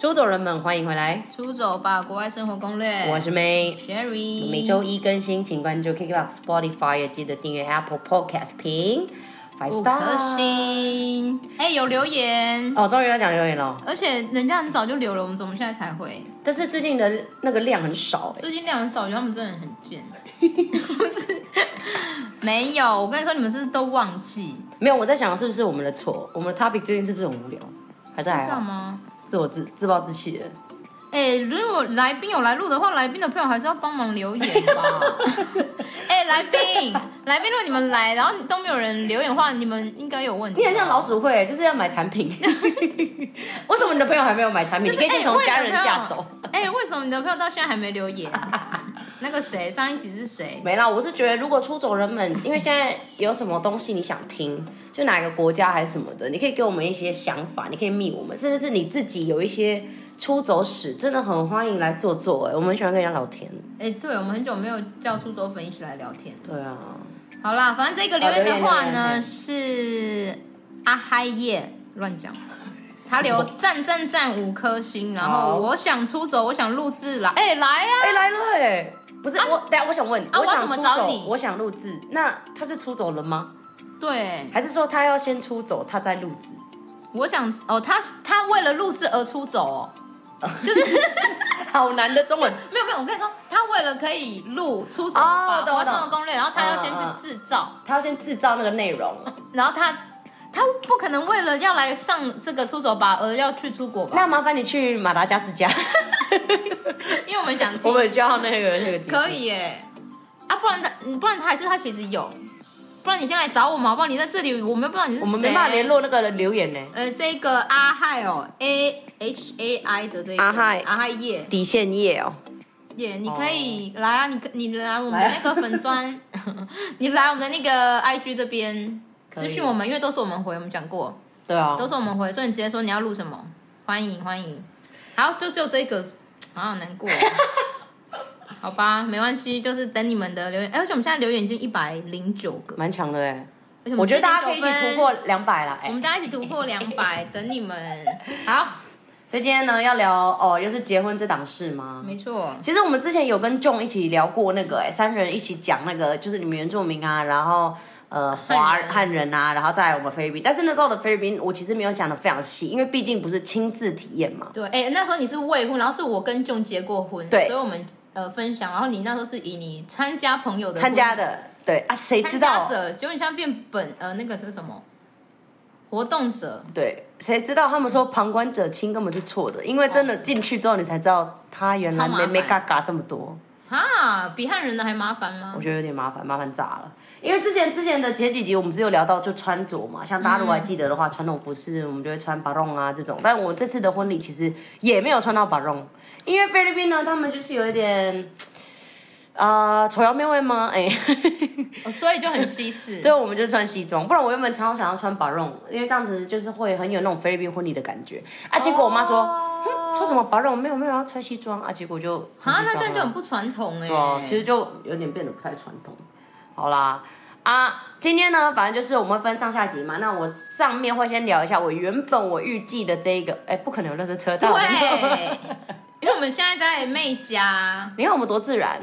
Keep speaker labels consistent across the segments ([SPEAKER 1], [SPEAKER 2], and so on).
[SPEAKER 1] 出走人们，欢迎回来，
[SPEAKER 2] 出走吧，国外生活攻略。
[SPEAKER 1] 我是 May。
[SPEAKER 2] Sherry，
[SPEAKER 1] 每周一更新，请关注 KKBOX、Spotify，也记得订阅 Apple Podcast 评 five
[SPEAKER 2] 五
[SPEAKER 1] star
[SPEAKER 2] 颗。星。哎、有留言，
[SPEAKER 1] 哦，终于要讲留言了，
[SPEAKER 2] 而且人家很早就留了，我们怎么现在才回？
[SPEAKER 1] 但是最近的那个量很少哎、
[SPEAKER 2] 最近量很少，我觉得他们真的很 贱。不是，没有。我跟你说，你们是不是都忘记，
[SPEAKER 1] 没有，我在想是不是我们的错，我们的 topic 最近是不是很无聊，还
[SPEAKER 2] 是
[SPEAKER 1] 是还
[SPEAKER 2] 这样
[SPEAKER 1] 好，
[SPEAKER 2] 吗？
[SPEAKER 1] 自我自自暴自弃的。
[SPEAKER 2] 哎、如果来宾有来录的话，来宾的朋友还是要帮忙留言吧。 哎、来宾，来宾，如果你们来，然后都没有人留言的话，你们应该有问题。
[SPEAKER 1] 你很像老鼠会、就是要买产 品。为什么你的朋友还没有买产品？
[SPEAKER 2] 就
[SPEAKER 1] 你
[SPEAKER 2] 是，
[SPEAKER 1] 可以先从家人下
[SPEAKER 2] 哎
[SPEAKER 1] 手。。
[SPEAKER 2] 为什么你的朋友哎、为什么你的朋友到现在还没留言？啊 那个谁，上一集是谁？
[SPEAKER 1] 没啦，我是觉得如果出走人们，因为现在有什么东西你想听，就哪个国家还是什么的，你可以给我们一些想法，你可以密我们，甚至是你自己有一些出走史，真的很欢迎来坐坐、哎，我们很喜欢跟人家聊天。
[SPEAKER 2] 哎、对，我们很久没有叫出周粉一起来聊天。
[SPEAKER 1] 对啊，
[SPEAKER 2] 好啦，反正这个留言的话
[SPEAKER 1] 哦留言留言
[SPEAKER 2] 呢是阿嗨耶乱讲，他留赞赞赞五颗星，然
[SPEAKER 1] 好
[SPEAKER 2] 后我想出走，我想录制啦，哎、来呀、
[SPEAKER 1] 哎、来了哎、不是、我，等一下我想问，
[SPEAKER 2] 啊
[SPEAKER 1] 我想
[SPEAKER 2] 我要怎么
[SPEAKER 1] 出
[SPEAKER 2] 找
[SPEAKER 1] 走
[SPEAKER 2] 你
[SPEAKER 1] 我想录制，那他是出走了吗？
[SPEAKER 2] 对，
[SPEAKER 1] 还是说他要先出走，他再录制？
[SPEAKER 2] 我想哦，他他为了录制而出走哦，
[SPEAKER 1] 好难的中文。
[SPEAKER 2] 没有没有，我跟你说，他为了可以录出走
[SPEAKER 1] 哦
[SPEAKER 2] 吧，
[SPEAKER 1] 懂
[SPEAKER 2] 我要
[SPEAKER 1] 懂
[SPEAKER 2] 生活攻略，然后他要先
[SPEAKER 1] 嗯嗯嗯
[SPEAKER 2] 去制造，
[SPEAKER 1] 他要先制造那个内 容，
[SPEAKER 2] 然后他他不可能为了要来上这个出走吧而要去出国吧，
[SPEAKER 1] 那麻烦你去马达加斯 加，
[SPEAKER 2] 因为我们想听
[SPEAKER 1] 我们需要那个那个技术
[SPEAKER 2] 可以耶，啊，不然他，不然他还是他其实有，不然你先来找我嘛，好不好？你在这里，我们又不知道你是
[SPEAKER 1] 我
[SPEAKER 2] 谁，
[SPEAKER 1] 们没办法联。络那个留言呢。
[SPEAKER 2] 呃，这个阿亥哦，A H A I 的这个
[SPEAKER 1] 阿亥
[SPEAKER 2] 阿亥耶
[SPEAKER 1] 底线页哦，
[SPEAKER 2] 耶，你可以来啊，你可你来我们的那个粉砖， 你来我们的那个 I G 这边
[SPEAKER 1] 啊可以
[SPEAKER 2] 私讯我们，因为都是我们回，我们讲过，
[SPEAKER 1] 对啊
[SPEAKER 2] 都，是我们回，所以你直接说你要录什么，欢迎欢迎。好，就就这个啊，好难过。 好吧，没关系，就是等你们的留言。哎而且我们现在留言已经一百零九个，
[SPEAKER 1] 蛮强的哎。
[SPEAKER 2] 而且们
[SPEAKER 1] 我觉得大家可以一
[SPEAKER 2] 49
[SPEAKER 1] 起突破两百啦，
[SPEAKER 2] 分，我
[SPEAKER 1] 哎。
[SPEAKER 2] 们大家一起突破两百，等你们。好，
[SPEAKER 1] 所以今天呢，要聊哦，又是结婚这档事吗？
[SPEAKER 2] 没错，
[SPEAKER 1] 其实我们之前有跟 John 一起聊过那个，哎，三人一起讲那个，就是你们原住民啊，然后呃华
[SPEAKER 2] 汉人
[SPEAKER 1] 汉人啊，然后再来我们菲律宾。但是那时候的菲律宾，我其实没有讲的非常细，因为毕竟不是亲自体验嘛。
[SPEAKER 2] 对，哎、那时候你是未婚，然后是我跟仲结过婚，
[SPEAKER 1] 对
[SPEAKER 2] 所以我们呃分享，然后你那时候是以你参加朋友的
[SPEAKER 1] 参加
[SPEAKER 2] 婚礼
[SPEAKER 1] 的，对啊，谁知
[SPEAKER 2] 参
[SPEAKER 1] 道
[SPEAKER 2] 加？者，结果你现在变本呃那个是什么活动者，
[SPEAKER 1] 对，谁知道他们说旁观者清根本是错的，因为真的进去之后，你才知道他原来
[SPEAKER 2] 超麻
[SPEAKER 1] 没
[SPEAKER 2] 烦
[SPEAKER 1] 没嘎嘎这么多，
[SPEAKER 2] 啊，比汉人的还麻烦吗
[SPEAKER 1] 我？觉得有点麻烦，麻烦炸了。因为之前之前的前几集我们是有聊到就穿着嘛，像大家如果还记得
[SPEAKER 2] 嗯
[SPEAKER 1] 的话，传统服饰我们就会穿 barong 啊这种，但我这次的婚礼其实也没有穿到 barong，因为菲律宾呢，他们就是有一点。啊，崇洋媚外吗？哎、
[SPEAKER 2] 哦所以就很西 式。
[SPEAKER 1] 对，我们就穿西装，不然我原本常常想要穿 barong，因为这样子就是会很有那种菲律宾婚礼的感觉。啊，结果我妈说，
[SPEAKER 2] 哦
[SPEAKER 1] 哼，穿什么 barong 没有没有要穿西装啊，结果就
[SPEAKER 2] 啊，那这样就很
[SPEAKER 1] 种
[SPEAKER 2] 不传统哎、
[SPEAKER 1] 哦，其实就有点变得不太传统。好啦，啊，今天呢，反正就是我们分上下集嘛。那我上面会先聊一下我原本我预计的这一个，哎，不可能有热车车道。
[SPEAKER 2] 对， 因为我们现在在妹家，
[SPEAKER 1] 你看我们多自然，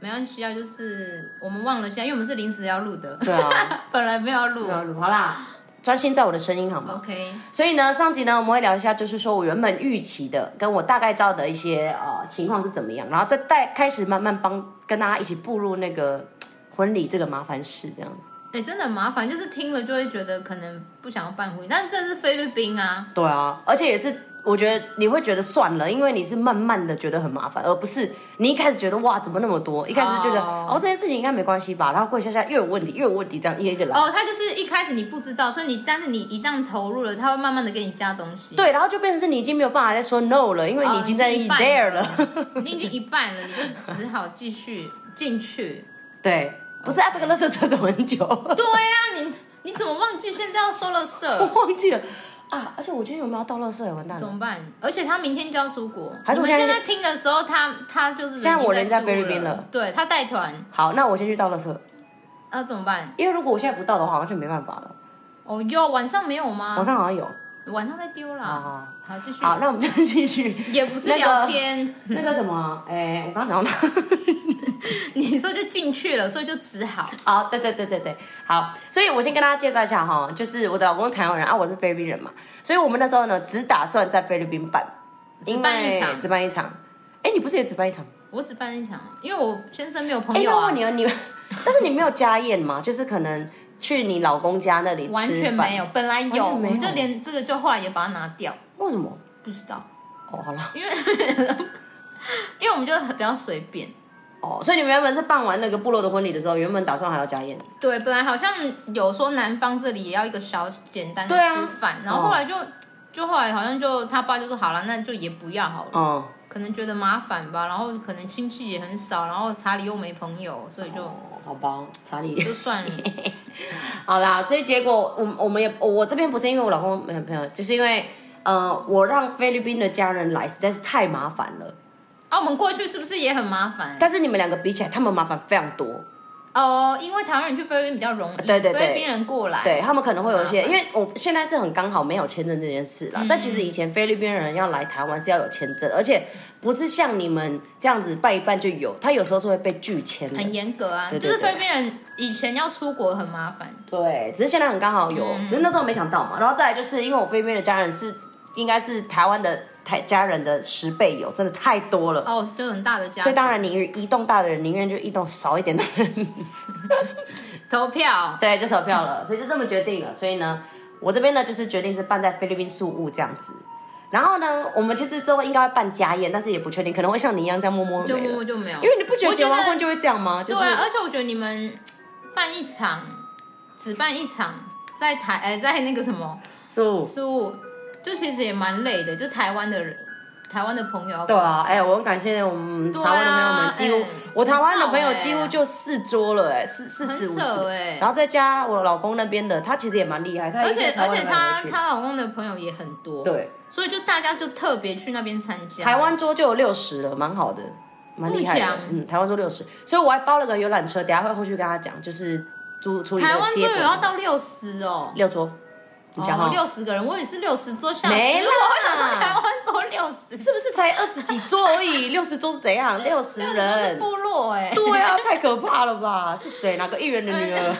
[SPEAKER 2] 没关系啊，就是我们忘了现在，因为我们是临时要录的，
[SPEAKER 1] 对啊，
[SPEAKER 2] 本来没有要录
[SPEAKER 1] 不。要录好啦，专心在我的声音好吗？
[SPEAKER 2] OK，
[SPEAKER 1] 所以呢，上集呢我们会聊一下，就是说我原本预期的跟我大概知道的一些呃情况是怎么样，然后再带开始慢慢帮跟大家一起步入那个嘖婚礼这个麻烦事这样子。
[SPEAKER 2] 哎、真的很麻烦，就是听了就会觉得可能不想要办婚礼，但是这是菲律宾啊，
[SPEAKER 1] 对啊，而且也是我觉得你会觉得算了，因为你是慢慢的觉得很麻烦，而不是你一开始觉得哇怎么那么多，一开始觉得哦
[SPEAKER 2] 哦
[SPEAKER 1] 这件事情应该没关系吧，然后过一下下又有问题又有问题，这样一个一个来。
[SPEAKER 2] 哦，他就是一开始你不知道，所以你但是你一旦投入了，他会慢慢的给你加东西。
[SPEAKER 1] 对，然后就变成是你已经没有办法再说 no 了，因为你已经在
[SPEAKER 2] 哦你已经一半
[SPEAKER 1] there 了。
[SPEAKER 2] 了，你已经一半了，你就只好继续进去。
[SPEAKER 1] 对，不是啊，这个垃圾车走很久。
[SPEAKER 2] 对啊，你你怎么忘记现在要收 了
[SPEAKER 1] 我
[SPEAKER 2] 社？
[SPEAKER 1] 忘记了啊！而且我今天有没有到垃圾也完蛋
[SPEAKER 2] 怎
[SPEAKER 1] 了。
[SPEAKER 2] 么办？而且他明天就要出国，
[SPEAKER 1] 还是我
[SPEAKER 2] 我们
[SPEAKER 1] 现
[SPEAKER 2] 现
[SPEAKER 1] 在
[SPEAKER 2] 在听的时候，他他就是
[SPEAKER 1] 现在我人
[SPEAKER 2] 人
[SPEAKER 1] 在
[SPEAKER 2] 在
[SPEAKER 1] 菲律宾了，
[SPEAKER 2] 对他带团，
[SPEAKER 1] 好，那我先去倒垃圾，
[SPEAKER 2] 那、怎么办？
[SPEAKER 1] 因为如果我现在不倒的话，好像就没办法了。
[SPEAKER 2] 哦哟，晚上没有吗？
[SPEAKER 1] 晚上好像有，
[SPEAKER 2] 晚上再丢
[SPEAKER 1] 好
[SPEAKER 2] 啦。
[SPEAKER 1] 好
[SPEAKER 2] 好，继续。
[SPEAKER 1] 好，那我们就继续
[SPEAKER 2] 也不是
[SPEAKER 1] 那个
[SPEAKER 2] 聊天，
[SPEAKER 1] 啊那个什么， 哎，我刚刚讲到哪？
[SPEAKER 2] 你说就进去了，所以就只好
[SPEAKER 1] 好，啊对对对对对，好，所以我先跟大家介绍一下哈，就是我的老公是台湾人啊，我是菲律宾人嘛，所以我们那时候呢，只打算在菲律宾办，
[SPEAKER 2] 只办一场
[SPEAKER 1] 因为只办一场。哎，你不是也只办一场？
[SPEAKER 2] 我只办一场，因为我先生没有朋
[SPEAKER 1] 哎，
[SPEAKER 2] 友
[SPEAKER 1] 那我
[SPEAKER 2] 啊
[SPEAKER 1] 问，你啊，你，但是你没有家宴嘛？就是可能去你老公家那里吃
[SPEAKER 2] 完全
[SPEAKER 1] 饭
[SPEAKER 2] 没有，，本来
[SPEAKER 1] 完全
[SPEAKER 2] 有，我
[SPEAKER 1] 没有
[SPEAKER 2] 们就连这个就后来也把它拿掉，
[SPEAKER 1] 为什么？
[SPEAKER 2] 不知道，
[SPEAKER 1] 哦，好了，
[SPEAKER 2] 因为 因为我们就比较随便。
[SPEAKER 1] 哦，所以你们原本是办完那个部落的婚礼的时候，原本打算还要家宴，
[SPEAKER 2] 对，本来好像有说南方这里也要一个小简单的
[SPEAKER 1] 对啊哦
[SPEAKER 2] 吃饭，然后后来就、就后来好像就他爸就说好了，那就也不要好了，
[SPEAKER 1] 嗯，
[SPEAKER 2] 可能觉得麻烦吧，然后可能亲戚也很少，然后查理又没朋友，所以就、
[SPEAKER 1] 哦好吧，查理。
[SPEAKER 2] 就算了。
[SPEAKER 1] 好啦，所以结果嗯我我们也我这边不是因为我老公没有朋友，就是因为呃，我让菲律宾的家人来实在是太麻烦了。
[SPEAKER 2] 啊，我们过去是不是也很麻烦？
[SPEAKER 1] 但是你们两个比起来，他们麻烦非常多。
[SPEAKER 2] 哦，因为台湾人去菲律宾比较容易，
[SPEAKER 1] 对对对
[SPEAKER 2] 菲律宾人过来，
[SPEAKER 1] 对他们嗯可能会有一些，
[SPEAKER 2] 麻
[SPEAKER 1] 因为我现在是很刚好没有签证这件事啦。但其实以前菲律宾人要来台湾是要有签证，而且不是像你们这样子办一办就有，他有时候是会被拒签的。
[SPEAKER 2] 很严格啊，
[SPEAKER 1] 对对
[SPEAKER 2] 就是
[SPEAKER 1] 对
[SPEAKER 2] 菲律宾人以前要出国很麻烦，
[SPEAKER 1] 对，只是现在很刚好有，
[SPEAKER 2] 嗯
[SPEAKER 1] 只是那时候没想到嘛。然后再来就是因为我菲律宾的家人是应该是台湾的台家人的十倍有，真的太多了。
[SPEAKER 2] 哦，就很大的家
[SPEAKER 1] 所以当然宁愿移动大的人，宁愿就移动少一点的 人，
[SPEAKER 2] 投票，
[SPEAKER 1] 对，就投票了，所以就这么决定了。所以呢，我这边呢就是决定是办在菲律宾宿务这样子。然后呢，我们其实之后应该会办家宴，但是也不确定，可能会像你一样这样默默
[SPEAKER 2] 就
[SPEAKER 1] 没
[SPEAKER 2] 默
[SPEAKER 1] 了。
[SPEAKER 2] 默就没有
[SPEAKER 1] 因。为你不觉得
[SPEAKER 2] 我
[SPEAKER 1] 结
[SPEAKER 2] 觉得
[SPEAKER 1] 完婚就会这样吗？就是
[SPEAKER 2] 对啊，而且我觉得你们办一场，只办一场，在台哎、在那个什么
[SPEAKER 1] 宿务，
[SPEAKER 2] 苏，就其实也蛮累的，就台湾的人，台湾的朋友要
[SPEAKER 1] 对啊，哎、我很感谢我们台
[SPEAKER 2] 对啊
[SPEAKER 1] 湾的朋友们，几乎、
[SPEAKER 2] 哎
[SPEAKER 1] 我台湾的
[SPEAKER 2] 很少
[SPEAKER 1] 朋友
[SPEAKER 2] 哎
[SPEAKER 1] 几乎就四桌了、哎，四四十
[SPEAKER 2] 很
[SPEAKER 1] 五
[SPEAKER 2] 扯
[SPEAKER 1] 十，
[SPEAKER 2] 哎、
[SPEAKER 1] 然后再加我老公那边的，他其实也蛮厉害，他
[SPEAKER 2] 而
[SPEAKER 1] 一些
[SPEAKER 2] 且
[SPEAKER 1] 台
[SPEAKER 2] 而
[SPEAKER 1] 湾
[SPEAKER 2] 且
[SPEAKER 1] 人来
[SPEAKER 2] 她
[SPEAKER 1] 回去
[SPEAKER 2] 她老公的朋友也很多，
[SPEAKER 1] 对。
[SPEAKER 2] 所以就大家就特别去那边参加。
[SPEAKER 1] 台湾桌就有六十了，蛮好的，蛮厉害
[SPEAKER 2] 这么
[SPEAKER 1] 的
[SPEAKER 2] 强。
[SPEAKER 1] 嗯，台湾桌六十，所以我还包了个游览车，等一下会后续跟他讲，就是租处理
[SPEAKER 2] 台湾
[SPEAKER 1] 的
[SPEAKER 2] 桌
[SPEAKER 1] 结
[SPEAKER 2] 有要
[SPEAKER 1] 果。
[SPEAKER 2] 到六十哦，
[SPEAKER 1] 六桌，你讲哈、
[SPEAKER 2] 哦六十个人，我也是六十桌下，
[SPEAKER 1] 没啦
[SPEAKER 2] 我为什么台湾桌六十？
[SPEAKER 1] 是不是才二十几桌而 已？六十桌是怎样？六十
[SPEAKER 2] 那个都是
[SPEAKER 1] 人。
[SPEAKER 2] 部落哎、
[SPEAKER 1] 对啊，太可怕了吧？是谁？哪个议员的女儿？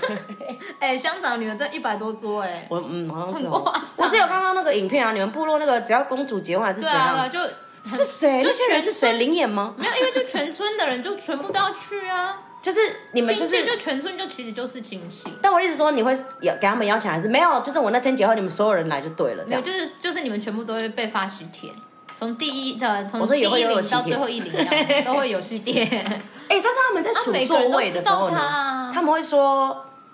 [SPEAKER 2] 哎、乡长女儿在一百多桌哎、
[SPEAKER 1] 我嗯，好像是
[SPEAKER 2] 很夸
[SPEAKER 1] 哦
[SPEAKER 2] 张。
[SPEAKER 1] 我只有看到那个影片啊，你们部落那个只要公主结婚还是
[SPEAKER 2] 对
[SPEAKER 1] 怎
[SPEAKER 2] 啊，
[SPEAKER 1] 样？
[SPEAKER 2] 对啊，就是
[SPEAKER 1] 谁？
[SPEAKER 2] 就
[SPEAKER 1] 那些人是谁？灵眼吗？
[SPEAKER 2] 没有，因为就全村的人就全部都要去啊，
[SPEAKER 1] 就是你们就
[SPEAKER 2] 亲戚
[SPEAKER 1] 是
[SPEAKER 2] 就全村就其实就是亲戚，
[SPEAKER 1] 但我一直说你会要给他们邀请还是没有？就是我那天结婚，你们所有人来就对了，这
[SPEAKER 2] 没有
[SPEAKER 1] 样。
[SPEAKER 2] 就是就是你们全部都会被发喜帖，从第一的从
[SPEAKER 1] 我说
[SPEAKER 2] 第
[SPEAKER 1] 也会
[SPEAKER 2] 一
[SPEAKER 1] 有
[SPEAKER 2] 领
[SPEAKER 1] 喜帖
[SPEAKER 2] 到最后一领这 样都会有喜帖，啊
[SPEAKER 1] 哎、但是他们在 数
[SPEAKER 2] 每个
[SPEAKER 1] 座
[SPEAKER 2] 人都
[SPEAKER 1] 位的
[SPEAKER 2] 知
[SPEAKER 1] 时候
[SPEAKER 2] 道他
[SPEAKER 1] 呢，
[SPEAKER 2] 啊，
[SPEAKER 1] 他们会说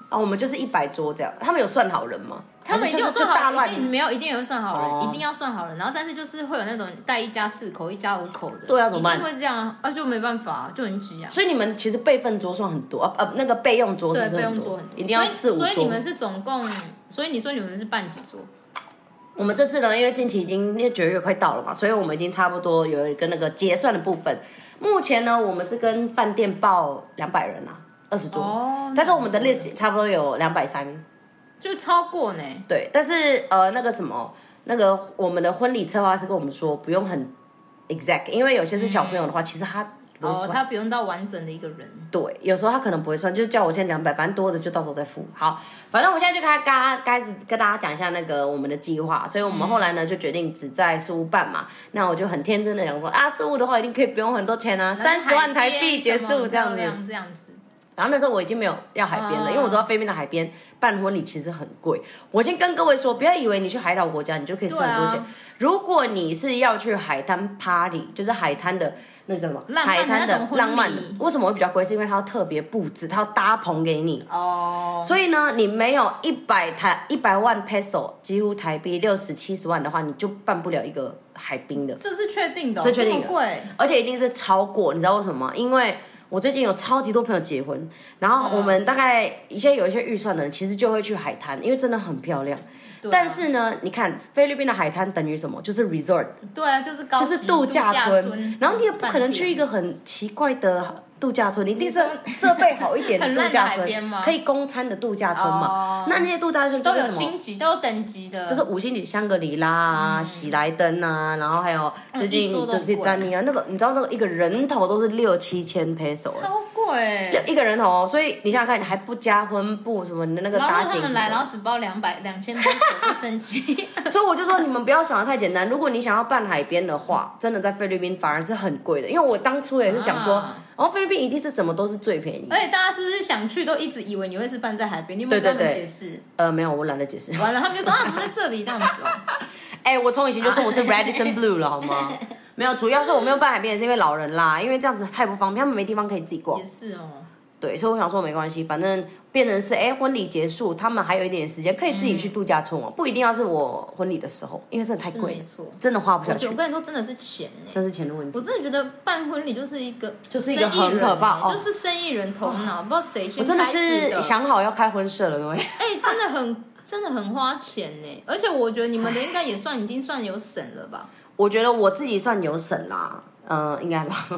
[SPEAKER 1] 啊，我们就是一百桌这样。他们有算好人吗？
[SPEAKER 2] 他们
[SPEAKER 1] 还
[SPEAKER 2] 一
[SPEAKER 1] 是
[SPEAKER 2] 定
[SPEAKER 1] 就
[SPEAKER 2] 有
[SPEAKER 1] 是就
[SPEAKER 2] 算
[SPEAKER 1] 大
[SPEAKER 2] 好人，
[SPEAKER 1] 乱
[SPEAKER 2] 一定没有一定有算好
[SPEAKER 1] 哦
[SPEAKER 2] 人，一定要算好人，然后但是就是会有那种带一家四口、一家五口的，
[SPEAKER 1] 对啊怎么办
[SPEAKER 2] 一定会这样啊啊，就没办法，就很挤啊。
[SPEAKER 1] 所以你们其实备份桌算很多啊，呃，那个备用桌是
[SPEAKER 2] 对，
[SPEAKER 1] 不是
[SPEAKER 2] 备用
[SPEAKER 1] 多
[SPEAKER 2] 桌很多，
[SPEAKER 1] 一定要四五
[SPEAKER 2] 所以。所以你
[SPEAKER 1] 桌
[SPEAKER 2] 们。是总共，所以你说你们是办几桌？
[SPEAKER 1] 我们这次呢，因为近期已经因为九月快到了嘛，所以我们已经差不多有一个那个结算的部分。目前呢，我们是跟饭店报两百人啊，二十桌，
[SPEAKER 2] 哦
[SPEAKER 1] 但是我们的 list 差不多有两百三
[SPEAKER 2] 就超过呢。
[SPEAKER 1] 对，但是呃，那个什么，那个我们的婚礼策划是跟我们说不用很 exact，因为有些是小朋友的话，其实他不会
[SPEAKER 2] 哦，
[SPEAKER 1] 算。
[SPEAKER 2] 他不用到完整的一个人，
[SPEAKER 1] 对，有时候他可能不会算，就是叫我先两百，反正多的就到时候再付。好，反正我现在就开开开始跟大家讲一下那个我们的计划，所以我们后来呢就决定只在苏屋办嘛。那我就很天真的想说啊，苏屋的话一定可以不用很多钱啊，三十万台币结束这样子。
[SPEAKER 2] 子，这样子。
[SPEAKER 1] 然后那时候我已经没有要海边了，
[SPEAKER 2] 哦
[SPEAKER 1] 因为我知道菲律宾的海边办婚礼其实很贵。我先跟各位说，不要以为你去海岛国家你就可以省很多钱。
[SPEAKER 2] 对啊
[SPEAKER 1] 如果你是要去海滩 party，就是海滩的那个叫什么
[SPEAKER 2] 浪漫的
[SPEAKER 1] 海滩的
[SPEAKER 2] 那种婚礼
[SPEAKER 1] 浪漫的，为什么会比较贵？是因为它要特别布置，它要搭棚给你。
[SPEAKER 2] 哦，
[SPEAKER 1] 所以呢，你没有一百台一百万 peso，几乎台币六十七十万的话，你就办不了一个海滨的。
[SPEAKER 2] 这是确定的哦，
[SPEAKER 1] 这确定的
[SPEAKER 2] 么贵，
[SPEAKER 1] 而且一定是超过，你知道为什么吗？因为我最近有超级多朋友结婚，然后我们大概一些有一些预算的人，其实就会去海滩，因为真的很漂亮。
[SPEAKER 2] 对啊
[SPEAKER 1] 但是呢，你看菲律宾的海滩等于什么？就是 resort，
[SPEAKER 2] 对啊，就是高
[SPEAKER 1] 就
[SPEAKER 2] 级
[SPEAKER 1] 是
[SPEAKER 2] 度
[SPEAKER 1] 度
[SPEAKER 2] 假
[SPEAKER 1] 假
[SPEAKER 2] 村
[SPEAKER 1] 村，，然后你也不可能去一
[SPEAKER 2] 个
[SPEAKER 1] 个很奇怪的度假村，你一定是
[SPEAKER 2] 你说
[SPEAKER 1] 设备好一点
[SPEAKER 2] 很
[SPEAKER 1] 的
[SPEAKER 2] 烂
[SPEAKER 1] 度
[SPEAKER 2] 的
[SPEAKER 1] 假
[SPEAKER 2] 海
[SPEAKER 1] 村
[SPEAKER 2] 边吗，
[SPEAKER 1] 可以供餐的度假村嘛
[SPEAKER 2] 哦。
[SPEAKER 1] 那那些度假村就
[SPEAKER 2] 都
[SPEAKER 1] 是
[SPEAKER 2] 有
[SPEAKER 1] 什么？
[SPEAKER 2] 星级，都有等级的，
[SPEAKER 1] 就是五星级香格里拉啊、喜来登啊，然后还有最近
[SPEAKER 2] 嗯嗯一桌都
[SPEAKER 1] 就
[SPEAKER 2] 很
[SPEAKER 1] 是
[SPEAKER 2] 贵
[SPEAKER 1] 丹尼啊，那个你知道那个一个人头都是六七千 peso 了。
[SPEAKER 2] 超贵。
[SPEAKER 1] 一个人头哦，所以你想想看，你还不加婚布什么你的那个
[SPEAKER 2] 然后
[SPEAKER 1] 打
[SPEAKER 2] 如果他
[SPEAKER 1] 井什
[SPEAKER 2] 们
[SPEAKER 1] 么
[SPEAKER 2] 来，
[SPEAKER 1] 的
[SPEAKER 2] 然后只包两百两千多，我不生气。
[SPEAKER 1] 所以我就说，你们不要想的太简单。如果你想要办海边的话，真的在菲律宾反而是很贵的，因为我当初也是想说，
[SPEAKER 2] 啊哎
[SPEAKER 1] 然后菲律宾一定是什么都是最便宜。
[SPEAKER 2] 而且大家是不是想去都一直以为你会是办在海边？你有没
[SPEAKER 1] 对
[SPEAKER 2] 有
[SPEAKER 1] 对
[SPEAKER 2] 跟他们
[SPEAKER 1] 对
[SPEAKER 2] 解释？
[SPEAKER 1] 呃，没有，我懒得解释。
[SPEAKER 2] 完了，他们就说啊，怎么在这里这样子 哦？
[SPEAKER 1] 哎、我从以前就说我是 Radisson Blue 了，好 吗？没有，主要是我没有办海边，也是因为老人啦，因为这样子太不方便，他们没地方可以自己逛
[SPEAKER 2] 也。是哦，
[SPEAKER 1] 对，所以我想说没关系，反正变成是哎、婚礼结束，他们还有一点时间可以自己去度假村哦，不一定要是我婚礼的时候，因为真的太
[SPEAKER 2] 嗯是
[SPEAKER 1] 贵
[SPEAKER 2] 没
[SPEAKER 1] 了，
[SPEAKER 2] 错。
[SPEAKER 1] 真的花不
[SPEAKER 2] 我
[SPEAKER 1] 下去
[SPEAKER 2] 觉得我，跟你说，真的是钱欸呢。
[SPEAKER 1] 真是钱的问题。
[SPEAKER 2] 我真的觉得办婚礼就是一个，
[SPEAKER 1] 就是一个很可怕
[SPEAKER 2] 生意人欸
[SPEAKER 1] 哦
[SPEAKER 2] 就是生意人头脑，不知道谁
[SPEAKER 1] 我
[SPEAKER 2] 先
[SPEAKER 1] 真的
[SPEAKER 2] 开始
[SPEAKER 1] 是
[SPEAKER 2] 的。
[SPEAKER 1] 想啊好要开婚社了，各位。
[SPEAKER 2] 哎、真的很真的很花钱呢，而且我觉得你们的应该也算已经算有省了吧？
[SPEAKER 1] 我觉得我自己算有省啦，嗯、应该吧。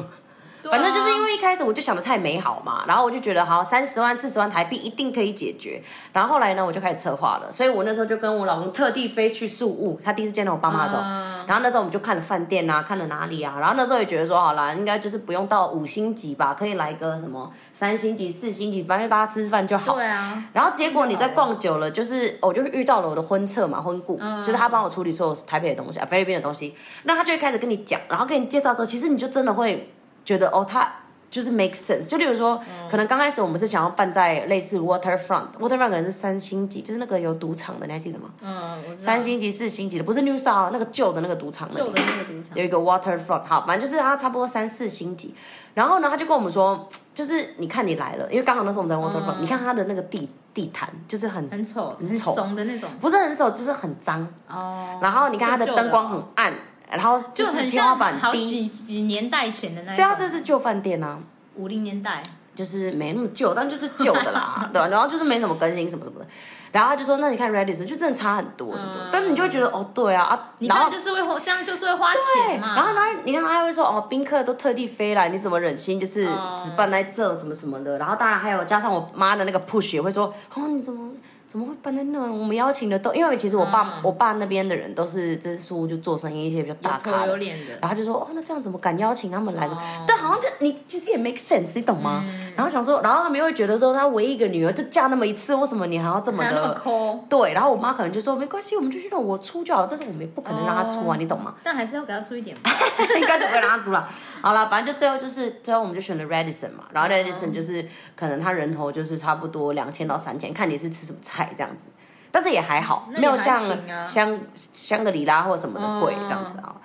[SPEAKER 2] 对啊
[SPEAKER 1] 反正就是因为一开始我就想的太美好嘛，然后我就觉得好三十万四十万台币一定可以解决。然后后来呢，我就开始策划了，所以我那时候就跟我老公特地飞去宿务，他第一次见到我爸妈的时候，
[SPEAKER 2] 嗯
[SPEAKER 1] 然后那时候我们就看了饭店啊，看了哪里啊，然后那时候也觉得说好啦，应该就是不用到五星级吧，可以来个什么三星级、四星级，反正就大家吃饭就好。
[SPEAKER 2] 对啊，
[SPEAKER 1] 然后结果你在逛久了，就是哦我就遇到了我的婚策嘛，婚顾，
[SPEAKER 2] 嗯
[SPEAKER 1] 就是他帮我处理所有台北的东西啊，菲律宾的东西，那他就会开始跟你讲，然后跟你介绍之后，其实你就真的会觉得哦，他。就是 make sense，就例如说，
[SPEAKER 2] 嗯
[SPEAKER 1] 可能刚开始我们是想要办在类似 waterfront，waterfront 可能是三星级，就是那个有赌场的，你还记得吗？
[SPEAKER 2] 嗯，我知道
[SPEAKER 1] 三星级、四星级的，不是 New Star 那个旧的那个赌场那里
[SPEAKER 2] 旧的那个赌场，
[SPEAKER 1] 有一个 waterfront，好，反正就是它差不多三四星级。然后呢，他就跟我们说，就是你看你来了，因为刚好那时候我们在
[SPEAKER 2] 嗯
[SPEAKER 1] waterfront，、你看它的那个地地毯就是很
[SPEAKER 2] 很丑、
[SPEAKER 1] 很
[SPEAKER 2] 很
[SPEAKER 1] 丑
[SPEAKER 2] 怂的那种
[SPEAKER 1] 不是很丑，就是很脏。
[SPEAKER 2] 哦。
[SPEAKER 1] 然后你看它的
[SPEAKER 2] 旧旧
[SPEAKER 1] 灯光很暗，然后
[SPEAKER 2] 就是很
[SPEAKER 1] 天花
[SPEAKER 2] 像
[SPEAKER 1] 板
[SPEAKER 2] 好
[SPEAKER 1] 低。
[SPEAKER 2] 几几年代前的那一
[SPEAKER 1] 对啊，
[SPEAKER 2] 种，
[SPEAKER 1] 这是旧饭店啊，
[SPEAKER 2] 五零年代，
[SPEAKER 1] 就是没那么旧，但就是旧的 啦，对吧、然后就是没什么更新什么什么的。然后他就说，那你看 Redis 就真的差很多什么的，
[SPEAKER 2] 嗯
[SPEAKER 1] 但你就会觉得哦，对啊啊，
[SPEAKER 2] 你
[SPEAKER 1] 然后
[SPEAKER 2] 看就是会花，这样就是会花
[SPEAKER 1] 对，
[SPEAKER 2] 钱嘛。
[SPEAKER 1] 然后他你看他还会说哦，宾客都特地飞来，你怎么忍心就是
[SPEAKER 2] 哦
[SPEAKER 1] 只办在这什么什么的？然后当然还有加上我妈的那个
[SPEAKER 2] 嗯
[SPEAKER 1] push 也会说哦，你怎么怎么会办在那？我们邀请的都因为其实我爸、
[SPEAKER 2] 嗯
[SPEAKER 1] 我爸那边的人都是这书就做生意一些比较大咖
[SPEAKER 2] 有头有哦
[SPEAKER 1] 的。
[SPEAKER 2] 脸的，
[SPEAKER 1] 然后就说哦，那这样怎么敢邀请他们来的？但好像就你其实也 make sense，你懂吗？
[SPEAKER 2] 嗯
[SPEAKER 1] 然后想说，然后他们又会觉得说，他唯一一个女儿就嫁那么一次，为什么你还要这么
[SPEAKER 2] 哪
[SPEAKER 1] 的
[SPEAKER 2] 那么抠？
[SPEAKER 1] 对？然后我妈可能就说没关系，我们就去让我出就好了，但是我们也不可能让她出啊，你懂吗？
[SPEAKER 2] 但还是要给他出一点吧。
[SPEAKER 1] 应该是不会让他出了。好了，反正就最后就是最后我们就选了 Radisson 嘛，然后
[SPEAKER 2] 啊
[SPEAKER 1] Radisson 就是可能他人头就是差不多两千到三千，看你是吃什么菜这样子，但是也还好，
[SPEAKER 2] 那也
[SPEAKER 1] 没有
[SPEAKER 2] 还
[SPEAKER 1] 像
[SPEAKER 2] 行啊嗯
[SPEAKER 1] 香香格里拉或什么的贵这样子啊。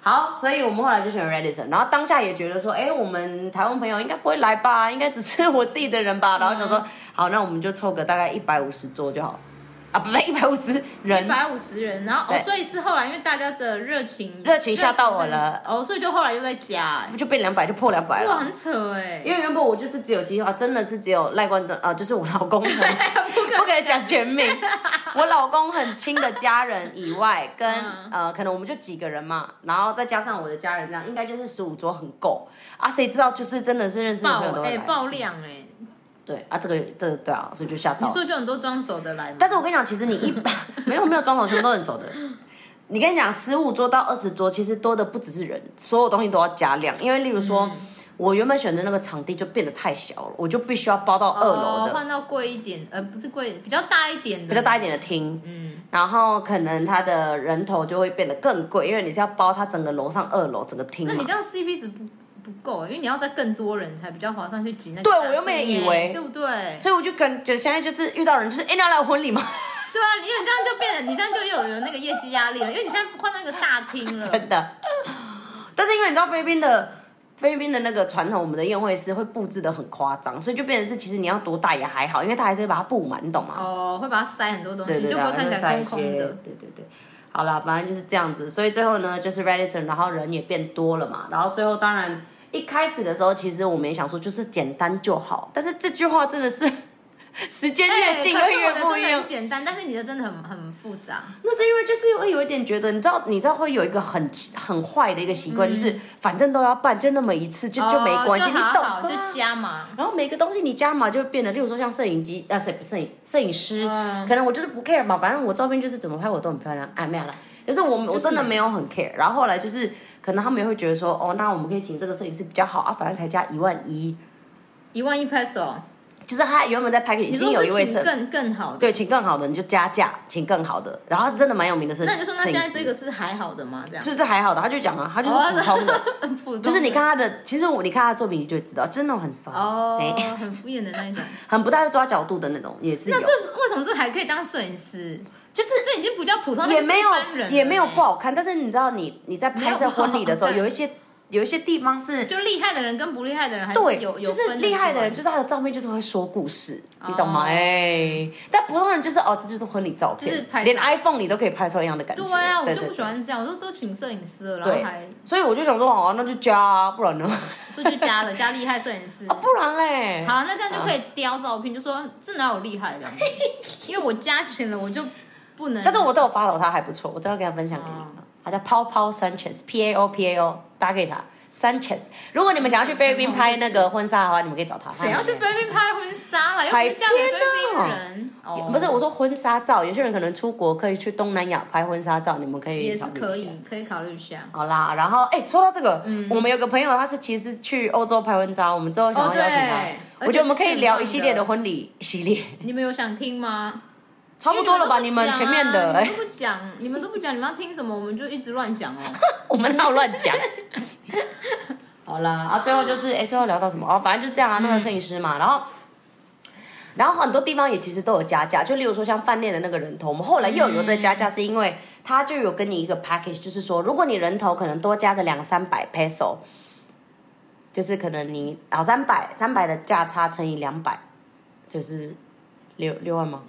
[SPEAKER 1] 好，所以我们后来就选了 Radisson，然后当下也觉得说，哎、我们台湾朋友应该不会来吧，应该只是我自己的人
[SPEAKER 2] 嗯
[SPEAKER 1] 吧，然后想说，好，那我们就凑个大概一百五十桌就好，啊，不对，一百五十人
[SPEAKER 2] 一，百五十人，然后哦，
[SPEAKER 1] 对
[SPEAKER 2] 所以是后来因为大家的热情
[SPEAKER 1] 热情吓到我了，
[SPEAKER 2] 哦，所以就后来又在加，
[SPEAKER 1] 就变两百，就破两百了。
[SPEAKER 2] 哇，很扯哎，
[SPEAKER 1] 因为原本我就是只有计划，真的是只有赖冠中啊、呃就是我老 公很
[SPEAKER 2] 不
[SPEAKER 1] 不可以讲全名，我老公很亲的家人以外，跟、
[SPEAKER 2] 嗯
[SPEAKER 1] 呃可能我们就几个人嘛，然后再加上我的家人，这样应该就是十五桌很够啊。谁知道就是真的是认识的朋友
[SPEAKER 2] 爆
[SPEAKER 1] 都
[SPEAKER 2] 哎
[SPEAKER 1] 会来，
[SPEAKER 2] 爆量哎，
[SPEAKER 1] 对啊，这个这个对啊，所以就吓到
[SPEAKER 2] 你
[SPEAKER 1] 了。
[SPEAKER 2] 说就很多装熟的来嘛，
[SPEAKER 1] 但是我跟你讲，其实你一般 没有没有装潢全部都很熟的。你跟你讲，十五桌到二十桌，其实多的不只是人，所有东西都要加量。因为例如
[SPEAKER 2] 嗯
[SPEAKER 1] 说，我原本选的那个场地就变得太小了，我就必须要包到二楼
[SPEAKER 2] 哦
[SPEAKER 1] 的、
[SPEAKER 2] 换到贵一点，呃，不是贵，比较大一点的，
[SPEAKER 1] 比较大一点的厅，
[SPEAKER 2] 嗯，
[SPEAKER 1] 然后可能它的人头就会变得更贵，因为你是要包它整个楼上二楼整个厅
[SPEAKER 2] 那
[SPEAKER 1] 嘛
[SPEAKER 2] 你这。样 CP 值不不够，因为你要在更多人才比较划算去挤那个
[SPEAKER 1] 对
[SPEAKER 2] 大厅欸。
[SPEAKER 1] 我原本也以为
[SPEAKER 2] 对不对？
[SPEAKER 1] 所以我就感觉现在就是遇到人就是，哎、那来我婚礼吗？
[SPEAKER 2] 对啊，因为你这样就变得，你这样就又有那个业绩压力了，因为你现在换到一个大厅了，
[SPEAKER 1] 真的。 但是因为你知道菲律宾的菲律宾的那个传统，我们的宴会是会布置的很夸张，所以就变成是其实你要多大也还好，因为它还是会把它布满，你懂吗？
[SPEAKER 2] 哦，会把它塞很多东西，
[SPEAKER 1] 对对对，
[SPEAKER 2] 你就不会看起
[SPEAKER 1] 然
[SPEAKER 2] 来
[SPEAKER 1] 后就
[SPEAKER 2] 空
[SPEAKER 1] 塞一
[SPEAKER 2] 空
[SPEAKER 1] 些
[SPEAKER 2] 的。
[SPEAKER 1] 对对对。好啦，反正就是这样子，所以最后呢，就是 Radisson，然后人也变多了嘛，然后最后当然一开始的时候，其实我们也想说就是简单就好，但是这句话真的是 时间
[SPEAKER 2] 哎
[SPEAKER 1] 越近
[SPEAKER 2] 可
[SPEAKER 1] 会
[SPEAKER 2] 是我
[SPEAKER 1] 越
[SPEAKER 2] 的
[SPEAKER 1] 不
[SPEAKER 2] 真
[SPEAKER 1] 一
[SPEAKER 2] 的
[SPEAKER 1] 样
[SPEAKER 2] 很。简单，但是你的真的很很复杂。
[SPEAKER 1] 那是因为就是会有一点觉得，你知道，你知道会有一个很奇很坏的一个习惯，就是反正都要办，就那么一次，就就没关系，
[SPEAKER 2] 嗯哦
[SPEAKER 1] 你
[SPEAKER 2] 就
[SPEAKER 1] 懂啊
[SPEAKER 2] 好好
[SPEAKER 1] 吗？
[SPEAKER 2] 就加嘛。
[SPEAKER 1] 然后每个东西你加码就会变得，例如说像摄影机啊，摄摄影摄影师，
[SPEAKER 2] 嗯
[SPEAKER 1] 可能我就是不 care 嘛，反正我照片就是怎么拍我都很漂亮，哎没有啦。可是我我真的没有很 care。然后后来就是可能他们也会觉得说，哦，那我们可以请这个摄影师比较好啊，反正才加一万一，
[SPEAKER 2] 一万一 peso，
[SPEAKER 1] 就是他原本在拍给已
[SPEAKER 2] 你
[SPEAKER 1] 经有
[SPEAKER 2] 说
[SPEAKER 1] 一位
[SPEAKER 2] 是
[SPEAKER 1] 摄
[SPEAKER 2] 请更更好的，
[SPEAKER 1] 对，请更好的你就加价，请更好的。然后他是真的蛮有名的摄摄影
[SPEAKER 2] 那
[SPEAKER 1] 师，
[SPEAKER 2] 你就说那现在这个是还好的吗？这样
[SPEAKER 1] 就是还好的，他就讲啊，他就是
[SPEAKER 2] 哦
[SPEAKER 1] 普通的，
[SPEAKER 2] 很普 通的，
[SPEAKER 1] 就是你看他的，其实我你看他的作品你就会知道，就是那种很骚，
[SPEAKER 2] 哦
[SPEAKER 1] 哎，
[SPEAKER 2] 很敷衍的 那一种。
[SPEAKER 1] 很不太会抓角度的那种，也是有
[SPEAKER 2] 那，这是为什么这还可以当摄影师？
[SPEAKER 1] 就是
[SPEAKER 2] 这已经不叫普通，
[SPEAKER 1] 也
[SPEAKER 2] 那个是
[SPEAKER 1] 没
[SPEAKER 2] 一般
[SPEAKER 1] 有
[SPEAKER 2] 人
[SPEAKER 1] 也没有
[SPEAKER 2] 了呢
[SPEAKER 1] 不好看，但是你知道你你在拍摄婚礼的时候，
[SPEAKER 2] 没有不好看
[SPEAKER 1] 有一些有一些地方是。
[SPEAKER 2] 就厉害的人跟不厉害的人还是
[SPEAKER 1] 对，
[SPEAKER 2] 有有
[SPEAKER 1] 就是
[SPEAKER 2] 分
[SPEAKER 1] 厉害的人，
[SPEAKER 2] 出来
[SPEAKER 1] 就是他的照片就是会说故事，
[SPEAKER 2] 哦
[SPEAKER 1] 你懂吗？哎，但普通人就是哦，这就是婚礼照
[SPEAKER 2] 就是
[SPEAKER 1] 片
[SPEAKER 2] 拍，照
[SPEAKER 1] 连 iPhone 你都可以拍出一样的感觉。
[SPEAKER 2] 对啊，我
[SPEAKER 1] 对
[SPEAKER 2] 就
[SPEAKER 1] 对
[SPEAKER 2] 不喜欢这样，我说都请摄影师了，然
[SPEAKER 1] 对
[SPEAKER 2] 后还
[SPEAKER 1] 所以我就想说，好啊，那就加啊，不然呢？
[SPEAKER 2] 所以就加了加厉害摄影师。
[SPEAKER 1] 啊，不然嘞，
[SPEAKER 2] 好，那这样就可以雕照片，就说这哪有厉害 的，因为我加钱了，我就不能。
[SPEAKER 1] 但是我都有 follow 他，还不错，我真的跟他分享给你
[SPEAKER 2] 哦。
[SPEAKER 1] 他叫泡泡 Sanchez P A O P A O，大家可以查 Sanchez。如果你们想要去菲律宾拍那个婚纱的话，你们可以找他。
[SPEAKER 2] 谁要去菲律宾拍婚纱了？又不
[SPEAKER 1] 海
[SPEAKER 2] 是嫁给
[SPEAKER 1] 边
[SPEAKER 2] 菲律宾
[SPEAKER 1] 啊
[SPEAKER 2] 人，哦
[SPEAKER 1] 宾？不是，我说婚纱照，有些人可能出国可以去东南亚拍婚纱照，你们可以
[SPEAKER 2] 也是
[SPEAKER 1] 考虑一下
[SPEAKER 2] 可以，嗯可以考虑一下。
[SPEAKER 1] 好啦，然后哎、说到这个，我们有个朋友，他是其实去欧洲拍婚纱，我们之后想要邀请他。
[SPEAKER 2] 哦对
[SPEAKER 1] 我觉得我们可以聊
[SPEAKER 2] 而且是
[SPEAKER 1] 一系列的婚礼系列，
[SPEAKER 2] 你们有想听吗？
[SPEAKER 1] 差不多了吧？你
[SPEAKER 2] 因
[SPEAKER 1] 们
[SPEAKER 2] 为
[SPEAKER 1] 前面的，哎、
[SPEAKER 2] 你们都不讲啊，你们都不讲，你们都不讲，你们要听什么，我们就一直乱讲哦。
[SPEAKER 1] 我们哪有乱讲？ 好啦，啊，最后就是哎、最后聊到什么？哦，反正就是这
[SPEAKER 2] 嗯
[SPEAKER 1] 样啊，那个摄影师嘛，然后。然后很多地方也其实都有加价，就例如说像饭店的那个人头，我们后来又有在加价，是因为他就有跟你一个 package，就是说如果你人头可能多加个两三百 peso，就是可能你啊三百三百的价差乘以两百，就是六六万吗？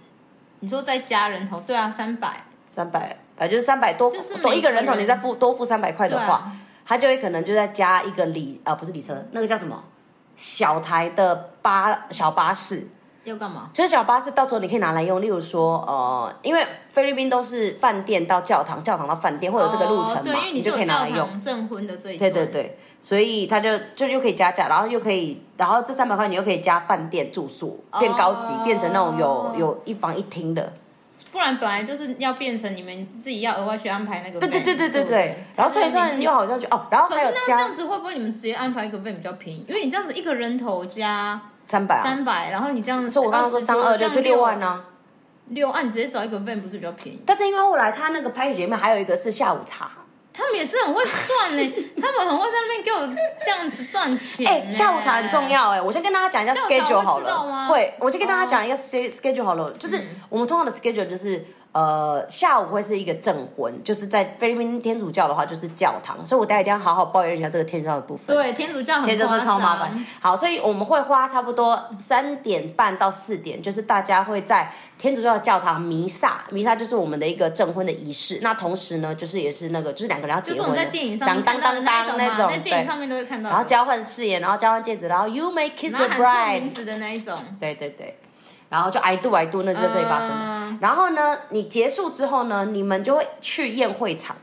[SPEAKER 2] 你说再加人头，对啊，三百，
[SPEAKER 1] 三百，反正就是三百多，
[SPEAKER 2] 就是每
[SPEAKER 1] 多一个
[SPEAKER 2] 个
[SPEAKER 1] 人头，
[SPEAKER 2] 人
[SPEAKER 1] 你再付多付三百块的
[SPEAKER 2] 对啊
[SPEAKER 1] 话，他就会可能就再加一个里啊、不是里程，那个叫什么小台的巴小巴士，
[SPEAKER 2] 要干嘛？
[SPEAKER 1] 就是小巴士，到时候你可以拿来用，例如说呃，因为菲律宾都是饭店到教堂，教堂到饭店会有这个路程嘛，
[SPEAKER 2] 哦、对，因为
[SPEAKER 1] 你就
[SPEAKER 2] 是
[SPEAKER 1] 可
[SPEAKER 2] 有
[SPEAKER 1] 以拿
[SPEAKER 2] 教
[SPEAKER 1] 来用。
[SPEAKER 2] 堂证婚的这一
[SPEAKER 1] 对
[SPEAKER 2] 段，
[SPEAKER 1] 对对，所以他就就又可以加价，然后又可以，然后这三百块你又可以加饭店住宿，变高级，
[SPEAKER 2] 哦
[SPEAKER 1] 变成那种有有一房一厅的。
[SPEAKER 2] 不然本来就是要变成你们自己要额外去安排那个 van，
[SPEAKER 1] 对对对对对
[SPEAKER 2] 不
[SPEAKER 1] 对，然后所以算又好像就哦，然后
[SPEAKER 2] 可
[SPEAKER 1] 还
[SPEAKER 2] 是
[SPEAKER 1] 有
[SPEAKER 2] 那这
[SPEAKER 1] 加
[SPEAKER 2] 样子会不会你们直接安排一个 van 比较便宜？因为你这样子一个人头加
[SPEAKER 1] 三百啊，
[SPEAKER 2] 三百，然后你这样子
[SPEAKER 1] 所以我刚刚说
[SPEAKER 2] 20
[SPEAKER 1] 三二六就六万呢、啊
[SPEAKER 2] 六万，你直接找一个 van 不是比较便宜？
[SPEAKER 1] 但是因为后来他那个拍摄里面还有一个是下午茶，
[SPEAKER 2] 他们也是很会算呢、 他们很会在那边给我这样子赚钱、
[SPEAKER 1] 哎、下午茶很重。要哎、我先跟大家讲一下
[SPEAKER 2] 嗯下午茶
[SPEAKER 1] schedule 好
[SPEAKER 2] 会吃到吗
[SPEAKER 1] 了，
[SPEAKER 2] 嗯
[SPEAKER 1] 会，我先跟大家讲一个 sch- schedule 好了，就是我们通常的 schedule 就是。呃，下午会是一个证婚，就是在菲律宾天主教的话，就是教堂，所以我待会一定要好好抱怨一下这个天主教的部分。
[SPEAKER 2] 对，天主教很
[SPEAKER 1] 天真
[SPEAKER 2] 夸
[SPEAKER 1] 的超
[SPEAKER 2] 张
[SPEAKER 1] 麻烦。。好，所以我们会花差不多三点半到四点，就是大家会在天主教的教堂弥撒，弥撒就是我们的一个证婚的仪式。那同时呢，就是也是那个就是两个人要结
[SPEAKER 2] 就
[SPEAKER 1] 婚了，
[SPEAKER 2] 是我们在电影上面
[SPEAKER 1] 当
[SPEAKER 2] 看到
[SPEAKER 1] 当
[SPEAKER 2] 的
[SPEAKER 1] 当
[SPEAKER 2] 种
[SPEAKER 1] 当
[SPEAKER 2] 嘛，
[SPEAKER 1] 种，
[SPEAKER 2] 在电影
[SPEAKER 1] 对，
[SPEAKER 2] 上面都会看到的。
[SPEAKER 1] 然后交换誓言，然后交换戒指，然后 you may kiss
[SPEAKER 2] 然后
[SPEAKER 1] the
[SPEAKER 2] 喊错
[SPEAKER 1] bride，
[SPEAKER 2] 名字的那一种，
[SPEAKER 1] 对对对，然后就挨度挨度，那就在这里发生的。
[SPEAKER 2] 嗯
[SPEAKER 1] 然后呢，你结束之后呢，你们就会去宴会场，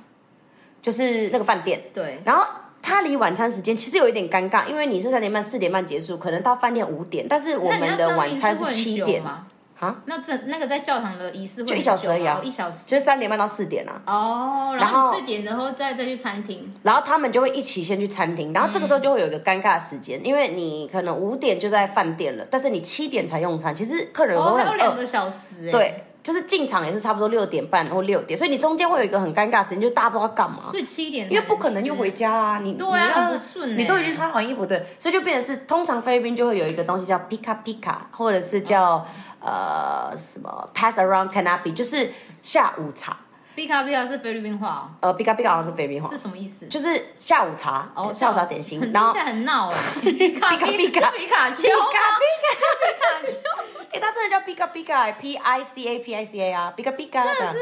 [SPEAKER 1] 就是那个饭店。
[SPEAKER 2] 对，
[SPEAKER 1] 然后它离晚餐时间其实有一点尴尬，因为你是三点半、四点半结束，可能到饭店五点，但是我
[SPEAKER 2] 那你要
[SPEAKER 1] 们
[SPEAKER 2] 知道
[SPEAKER 1] 的晚餐是
[SPEAKER 2] 仪式会
[SPEAKER 1] 七
[SPEAKER 2] 很久
[SPEAKER 1] 点，
[SPEAKER 2] 吗？
[SPEAKER 1] 啊，
[SPEAKER 2] 那这那个在教堂的仪式会
[SPEAKER 1] 就一
[SPEAKER 2] 很
[SPEAKER 1] 小时
[SPEAKER 2] 久
[SPEAKER 1] 而已啊
[SPEAKER 2] 吗哦一小时。
[SPEAKER 1] 就是三点半到四点啊。
[SPEAKER 2] 哦，
[SPEAKER 1] 然
[SPEAKER 2] 然后
[SPEAKER 1] 后
[SPEAKER 2] 你四点然后再再去餐厅，
[SPEAKER 1] 然后他们就会一起先去餐厅，然后这个时候就会有一个尴尬的时间，因为你可能五点就在饭店了，但是你七点才用餐，其实客人有时候
[SPEAKER 2] 哦，
[SPEAKER 1] 会
[SPEAKER 2] 还
[SPEAKER 1] 很
[SPEAKER 2] 有
[SPEAKER 1] 饿，
[SPEAKER 2] 两个小时哎，，
[SPEAKER 1] 对，就是进场也是差不多六点半或六点，所以你中间会有一个很尴尬的时间，就是大家不知道干嘛。
[SPEAKER 2] 所以七点才
[SPEAKER 1] 因为不可能又回
[SPEAKER 2] 吃，
[SPEAKER 1] 家啊，你
[SPEAKER 2] 对啊
[SPEAKER 1] 你要
[SPEAKER 2] 很不顺欸
[SPEAKER 1] 你都已经穿好衣服，对，所以就变成是，通常菲律宾就会有一个东西叫 pika pika，或者是叫、呃什么 pass around canapi，就是下午茶，
[SPEAKER 2] 毕卡毕卡是菲律宾话
[SPEAKER 1] 呃 pika pika 好像是菲律宾
[SPEAKER 2] 哦，
[SPEAKER 1] 话
[SPEAKER 2] 是，什么意思？
[SPEAKER 1] 就是下午茶，
[SPEAKER 2] 哦，
[SPEAKER 1] 下午茶点心，
[SPEAKER 2] 很
[SPEAKER 1] 然后
[SPEAKER 2] 听起来很闹哎， 毕卡
[SPEAKER 1] 卡
[SPEAKER 2] 毕
[SPEAKER 1] 皮卡
[SPEAKER 2] 是皮卡丘
[SPEAKER 1] pika
[SPEAKER 2] 吗，
[SPEAKER 1] pika，
[SPEAKER 2] 皮卡丘，
[SPEAKER 1] 哎，它真的叫 pika pika，p i c a p i c a 啊，pika pika 这样。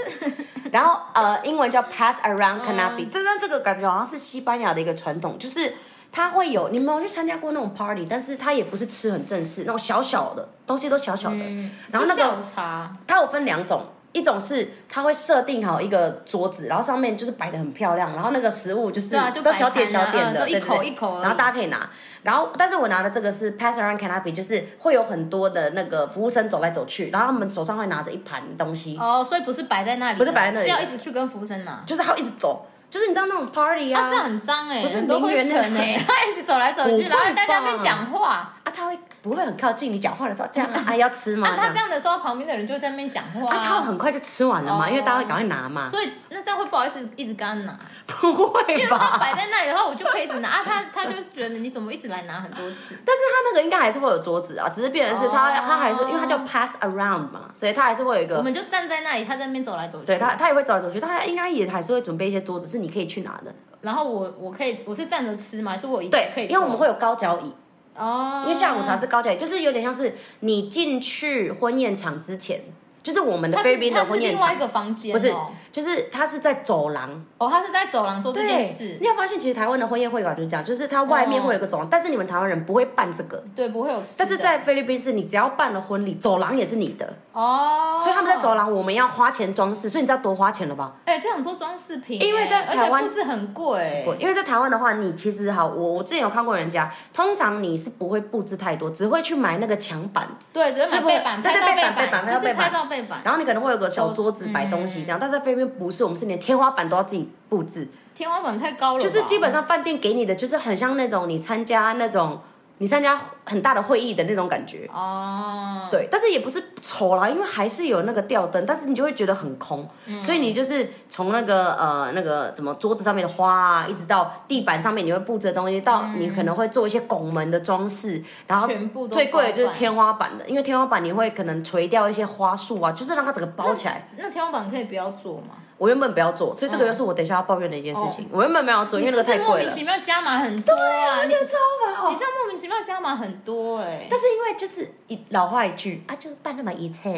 [SPEAKER 1] 然
[SPEAKER 2] 嗯
[SPEAKER 1] 后呃，英文叫 pass around cannabis，但是这个感觉好像是西班牙的一个传统，就是它会有，你们有去参加过那种 party，但是它也不是吃很正式，那种小小的东西都小小的。
[SPEAKER 2] 嗯，
[SPEAKER 1] 然后那个
[SPEAKER 2] 就下午茶，
[SPEAKER 1] 它有分两种，一种是它会设定好一个桌子，然后上面就是摆的很漂亮，然后那个食物就是
[SPEAKER 2] 对啊就
[SPEAKER 1] 都
[SPEAKER 2] 摆
[SPEAKER 1] 小点
[SPEAKER 2] 盘啊
[SPEAKER 1] 小点
[SPEAKER 2] 嗯
[SPEAKER 1] 的，
[SPEAKER 2] 都
[SPEAKER 1] 对
[SPEAKER 2] 一口
[SPEAKER 1] 对对
[SPEAKER 2] 一口而已
[SPEAKER 1] 然后大家可以拿。然后，但是我拿的这个是 pass around canopy，就是会有很多的那个服务生走来走去，然后他们手上会拿着一盘东西，
[SPEAKER 2] 哦，所以不是摆在那里的，啊
[SPEAKER 1] 不是摆在那里的
[SPEAKER 2] 是要一直去跟服务生拿。
[SPEAKER 1] 就是他会一直走，就是你知道那种 party
[SPEAKER 2] 啊，
[SPEAKER 1] 啊
[SPEAKER 2] 这样很脏哎，
[SPEAKER 1] 不是
[SPEAKER 2] 很多
[SPEAKER 1] 名
[SPEAKER 2] 灰
[SPEAKER 1] 媛
[SPEAKER 2] 尘
[SPEAKER 1] 那
[SPEAKER 2] 哎， 他一直走来走
[SPEAKER 1] 不
[SPEAKER 2] 去，
[SPEAKER 1] 会
[SPEAKER 2] 然后大家在那边
[SPEAKER 1] 吧
[SPEAKER 2] 讲话。
[SPEAKER 1] 啊，他会不会很靠近你讲话的时候这样 啊？要吃吗？
[SPEAKER 2] 啊，他这样的时候，旁边的人就在那边讲话
[SPEAKER 1] 啊，他
[SPEAKER 2] 啊，
[SPEAKER 1] 很快就吃完了嘛，
[SPEAKER 2] 哦
[SPEAKER 1] 因为大家会赶快拿嘛，
[SPEAKER 2] 所以那这样会不好意思一直跟他 拿，
[SPEAKER 1] 不会
[SPEAKER 2] 因为他
[SPEAKER 1] 吧？
[SPEAKER 2] 摆在那里的话，我就可以一直拿啊。他他就是觉得你怎么一直来拿很多次，
[SPEAKER 1] 但是他那个应该还是会有桌子啊，只是变成是他、
[SPEAKER 2] 哦
[SPEAKER 1] 他还是因为他叫 pass around 嘛，所以他还是会有一
[SPEAKER 2] 我
[SPEAKER 1] 个，
[SPEAKER 2] 们就站在那里，他在那边走来走去。
[SPEAKER 1] 对他他也会走来走去，他应该也还是会准备一些桌子是你可以去拿的，
[SPEAKER 2] 然后我我可以我是站着吃吗？还是我一
[SPEAKER 1] 对
[SPEAKER 2] 可以，坐？
[SPEAKER 1] 因为我们会有高脚椅，
[SPEAKER 2] 哦，
[SPEAKER 1] 因为下午茶是高脚椅，就是有点像是你进去婚宴场之前，就是我们的
[SPEAKER 2] 它
[SPEAKER 1] 菲律
[SPEAKER 2] 是
[SPEAKER 1] 宾
[SPEAKER 2] 它
[SPEAKER 1] 的
[SPEAKER 2] 是
[SPEAKER 1] 婚
[SPEAKER 2] 另
[SPEAKER 1] 宴
[SPEAKER 2] 外一
[SPEAKER 1] 场，
[SPEAKER 2] 个房间哦，
[SPEAKER 1] 不是就是它是在走廊。
[SPEAKER 2] 哦，他是在走廊做这件事
[SPEAKER 1] 你，有发现其实台湾的婚宴会馆就是这样，就是它外面会有一个走廊，但是你们台湾人不会办这个。
[SPEAKER 2] 对，不会有吃的。
[SPEAKER 1] 但是在菲律宾是你只要办了婚礼，走廊也是你的，
[SPEAKER 2] 哦，
[SPEAKER 1] 所以他们在走廊我们要花钱装饰，所以你知道多花钱了吧？
[SPEAKER 2] 哎、这很多装饰品哎，
[SPEAKER 1] 因为在台湾
[SPEAKER 2] 而且布置很贵，哎
[SPEAKER 1] 因为在台湾的话，你其实好，我我之前有看过人家，通常你是不会布置太多，只会去买那个墙板，
[SPEAKER 2] 对，只会买背板，
[SPEAKER 1] 对
[SPEAKER 2] 拍
[SPEAKER 1] 对
[SPEAKER 2] 照
[SPEAKER 1] 背板背板
[SPEAKER 2] 板，
[SPEAKER 1] 拍照
[SPEAKER 2] 就
[SPEAKER 1] 背
[SPEAKER 2] 是
[SPEAKER 1] 板
[SPEAKER 2] 拍照背板。
[SPEAKER 1] 然后你可能会有个小桌子摆东
[SPEAKER 2] 嗯
[SPEAKER 1] 西这样。但是在菲律宾不是，我们是连天花板都要自己布置，
[SPEAKER 2] 天花板太高了吧，
[SPEAKER 1] 就是基本上饭店给你的就是很像那种你参加那种你参加很大的会议的那种感觉。
[SPEAKER 2] 哦，
[SPEAKER 1] 对，但是也不是丑啦，因为还是有那个吊灯，但是你就会觉得很空，
[SPEAKER 2] 嗯
[SPEAKER 1] 所以你就是从那个呃那个怎么桌子上面的花啊，一直到地板上面你会布置的东西，到你可能会做一些拱门的装饰，然后
[SPEAKER 2] 全部都
[SPEAKER 1] 最贵的就是
[SPEAKER 2] 包办
[SPEAKER 1] 天花板的，因为天花板你会可能垂掉一些花束啊，就是让它整个包起来。
[SPEAKER 2] 那天花板可以不要做吗？
[SPEAKER 1] 我原本不要做，所以这个又是我等一下要抱怨的一件事情。我原本没有做，因为那个
[SPEAKER 2] 哦你是
[SPEAKER 1] 太
[SPEAKER 2] 不是莫
[SPEAKER 1] 贵
[SPEAKER 2] 名
[SPEAKER 1] 了。
[SPEAKER 2] 其妙加码很多啊，你
[SPEAKER 1] 超烦
[SPEAKER 2] 你！这样莫名其妙加码很多哎、
[SPEAKER 1] 但是因为就是一老话一句啊，就办那么一次，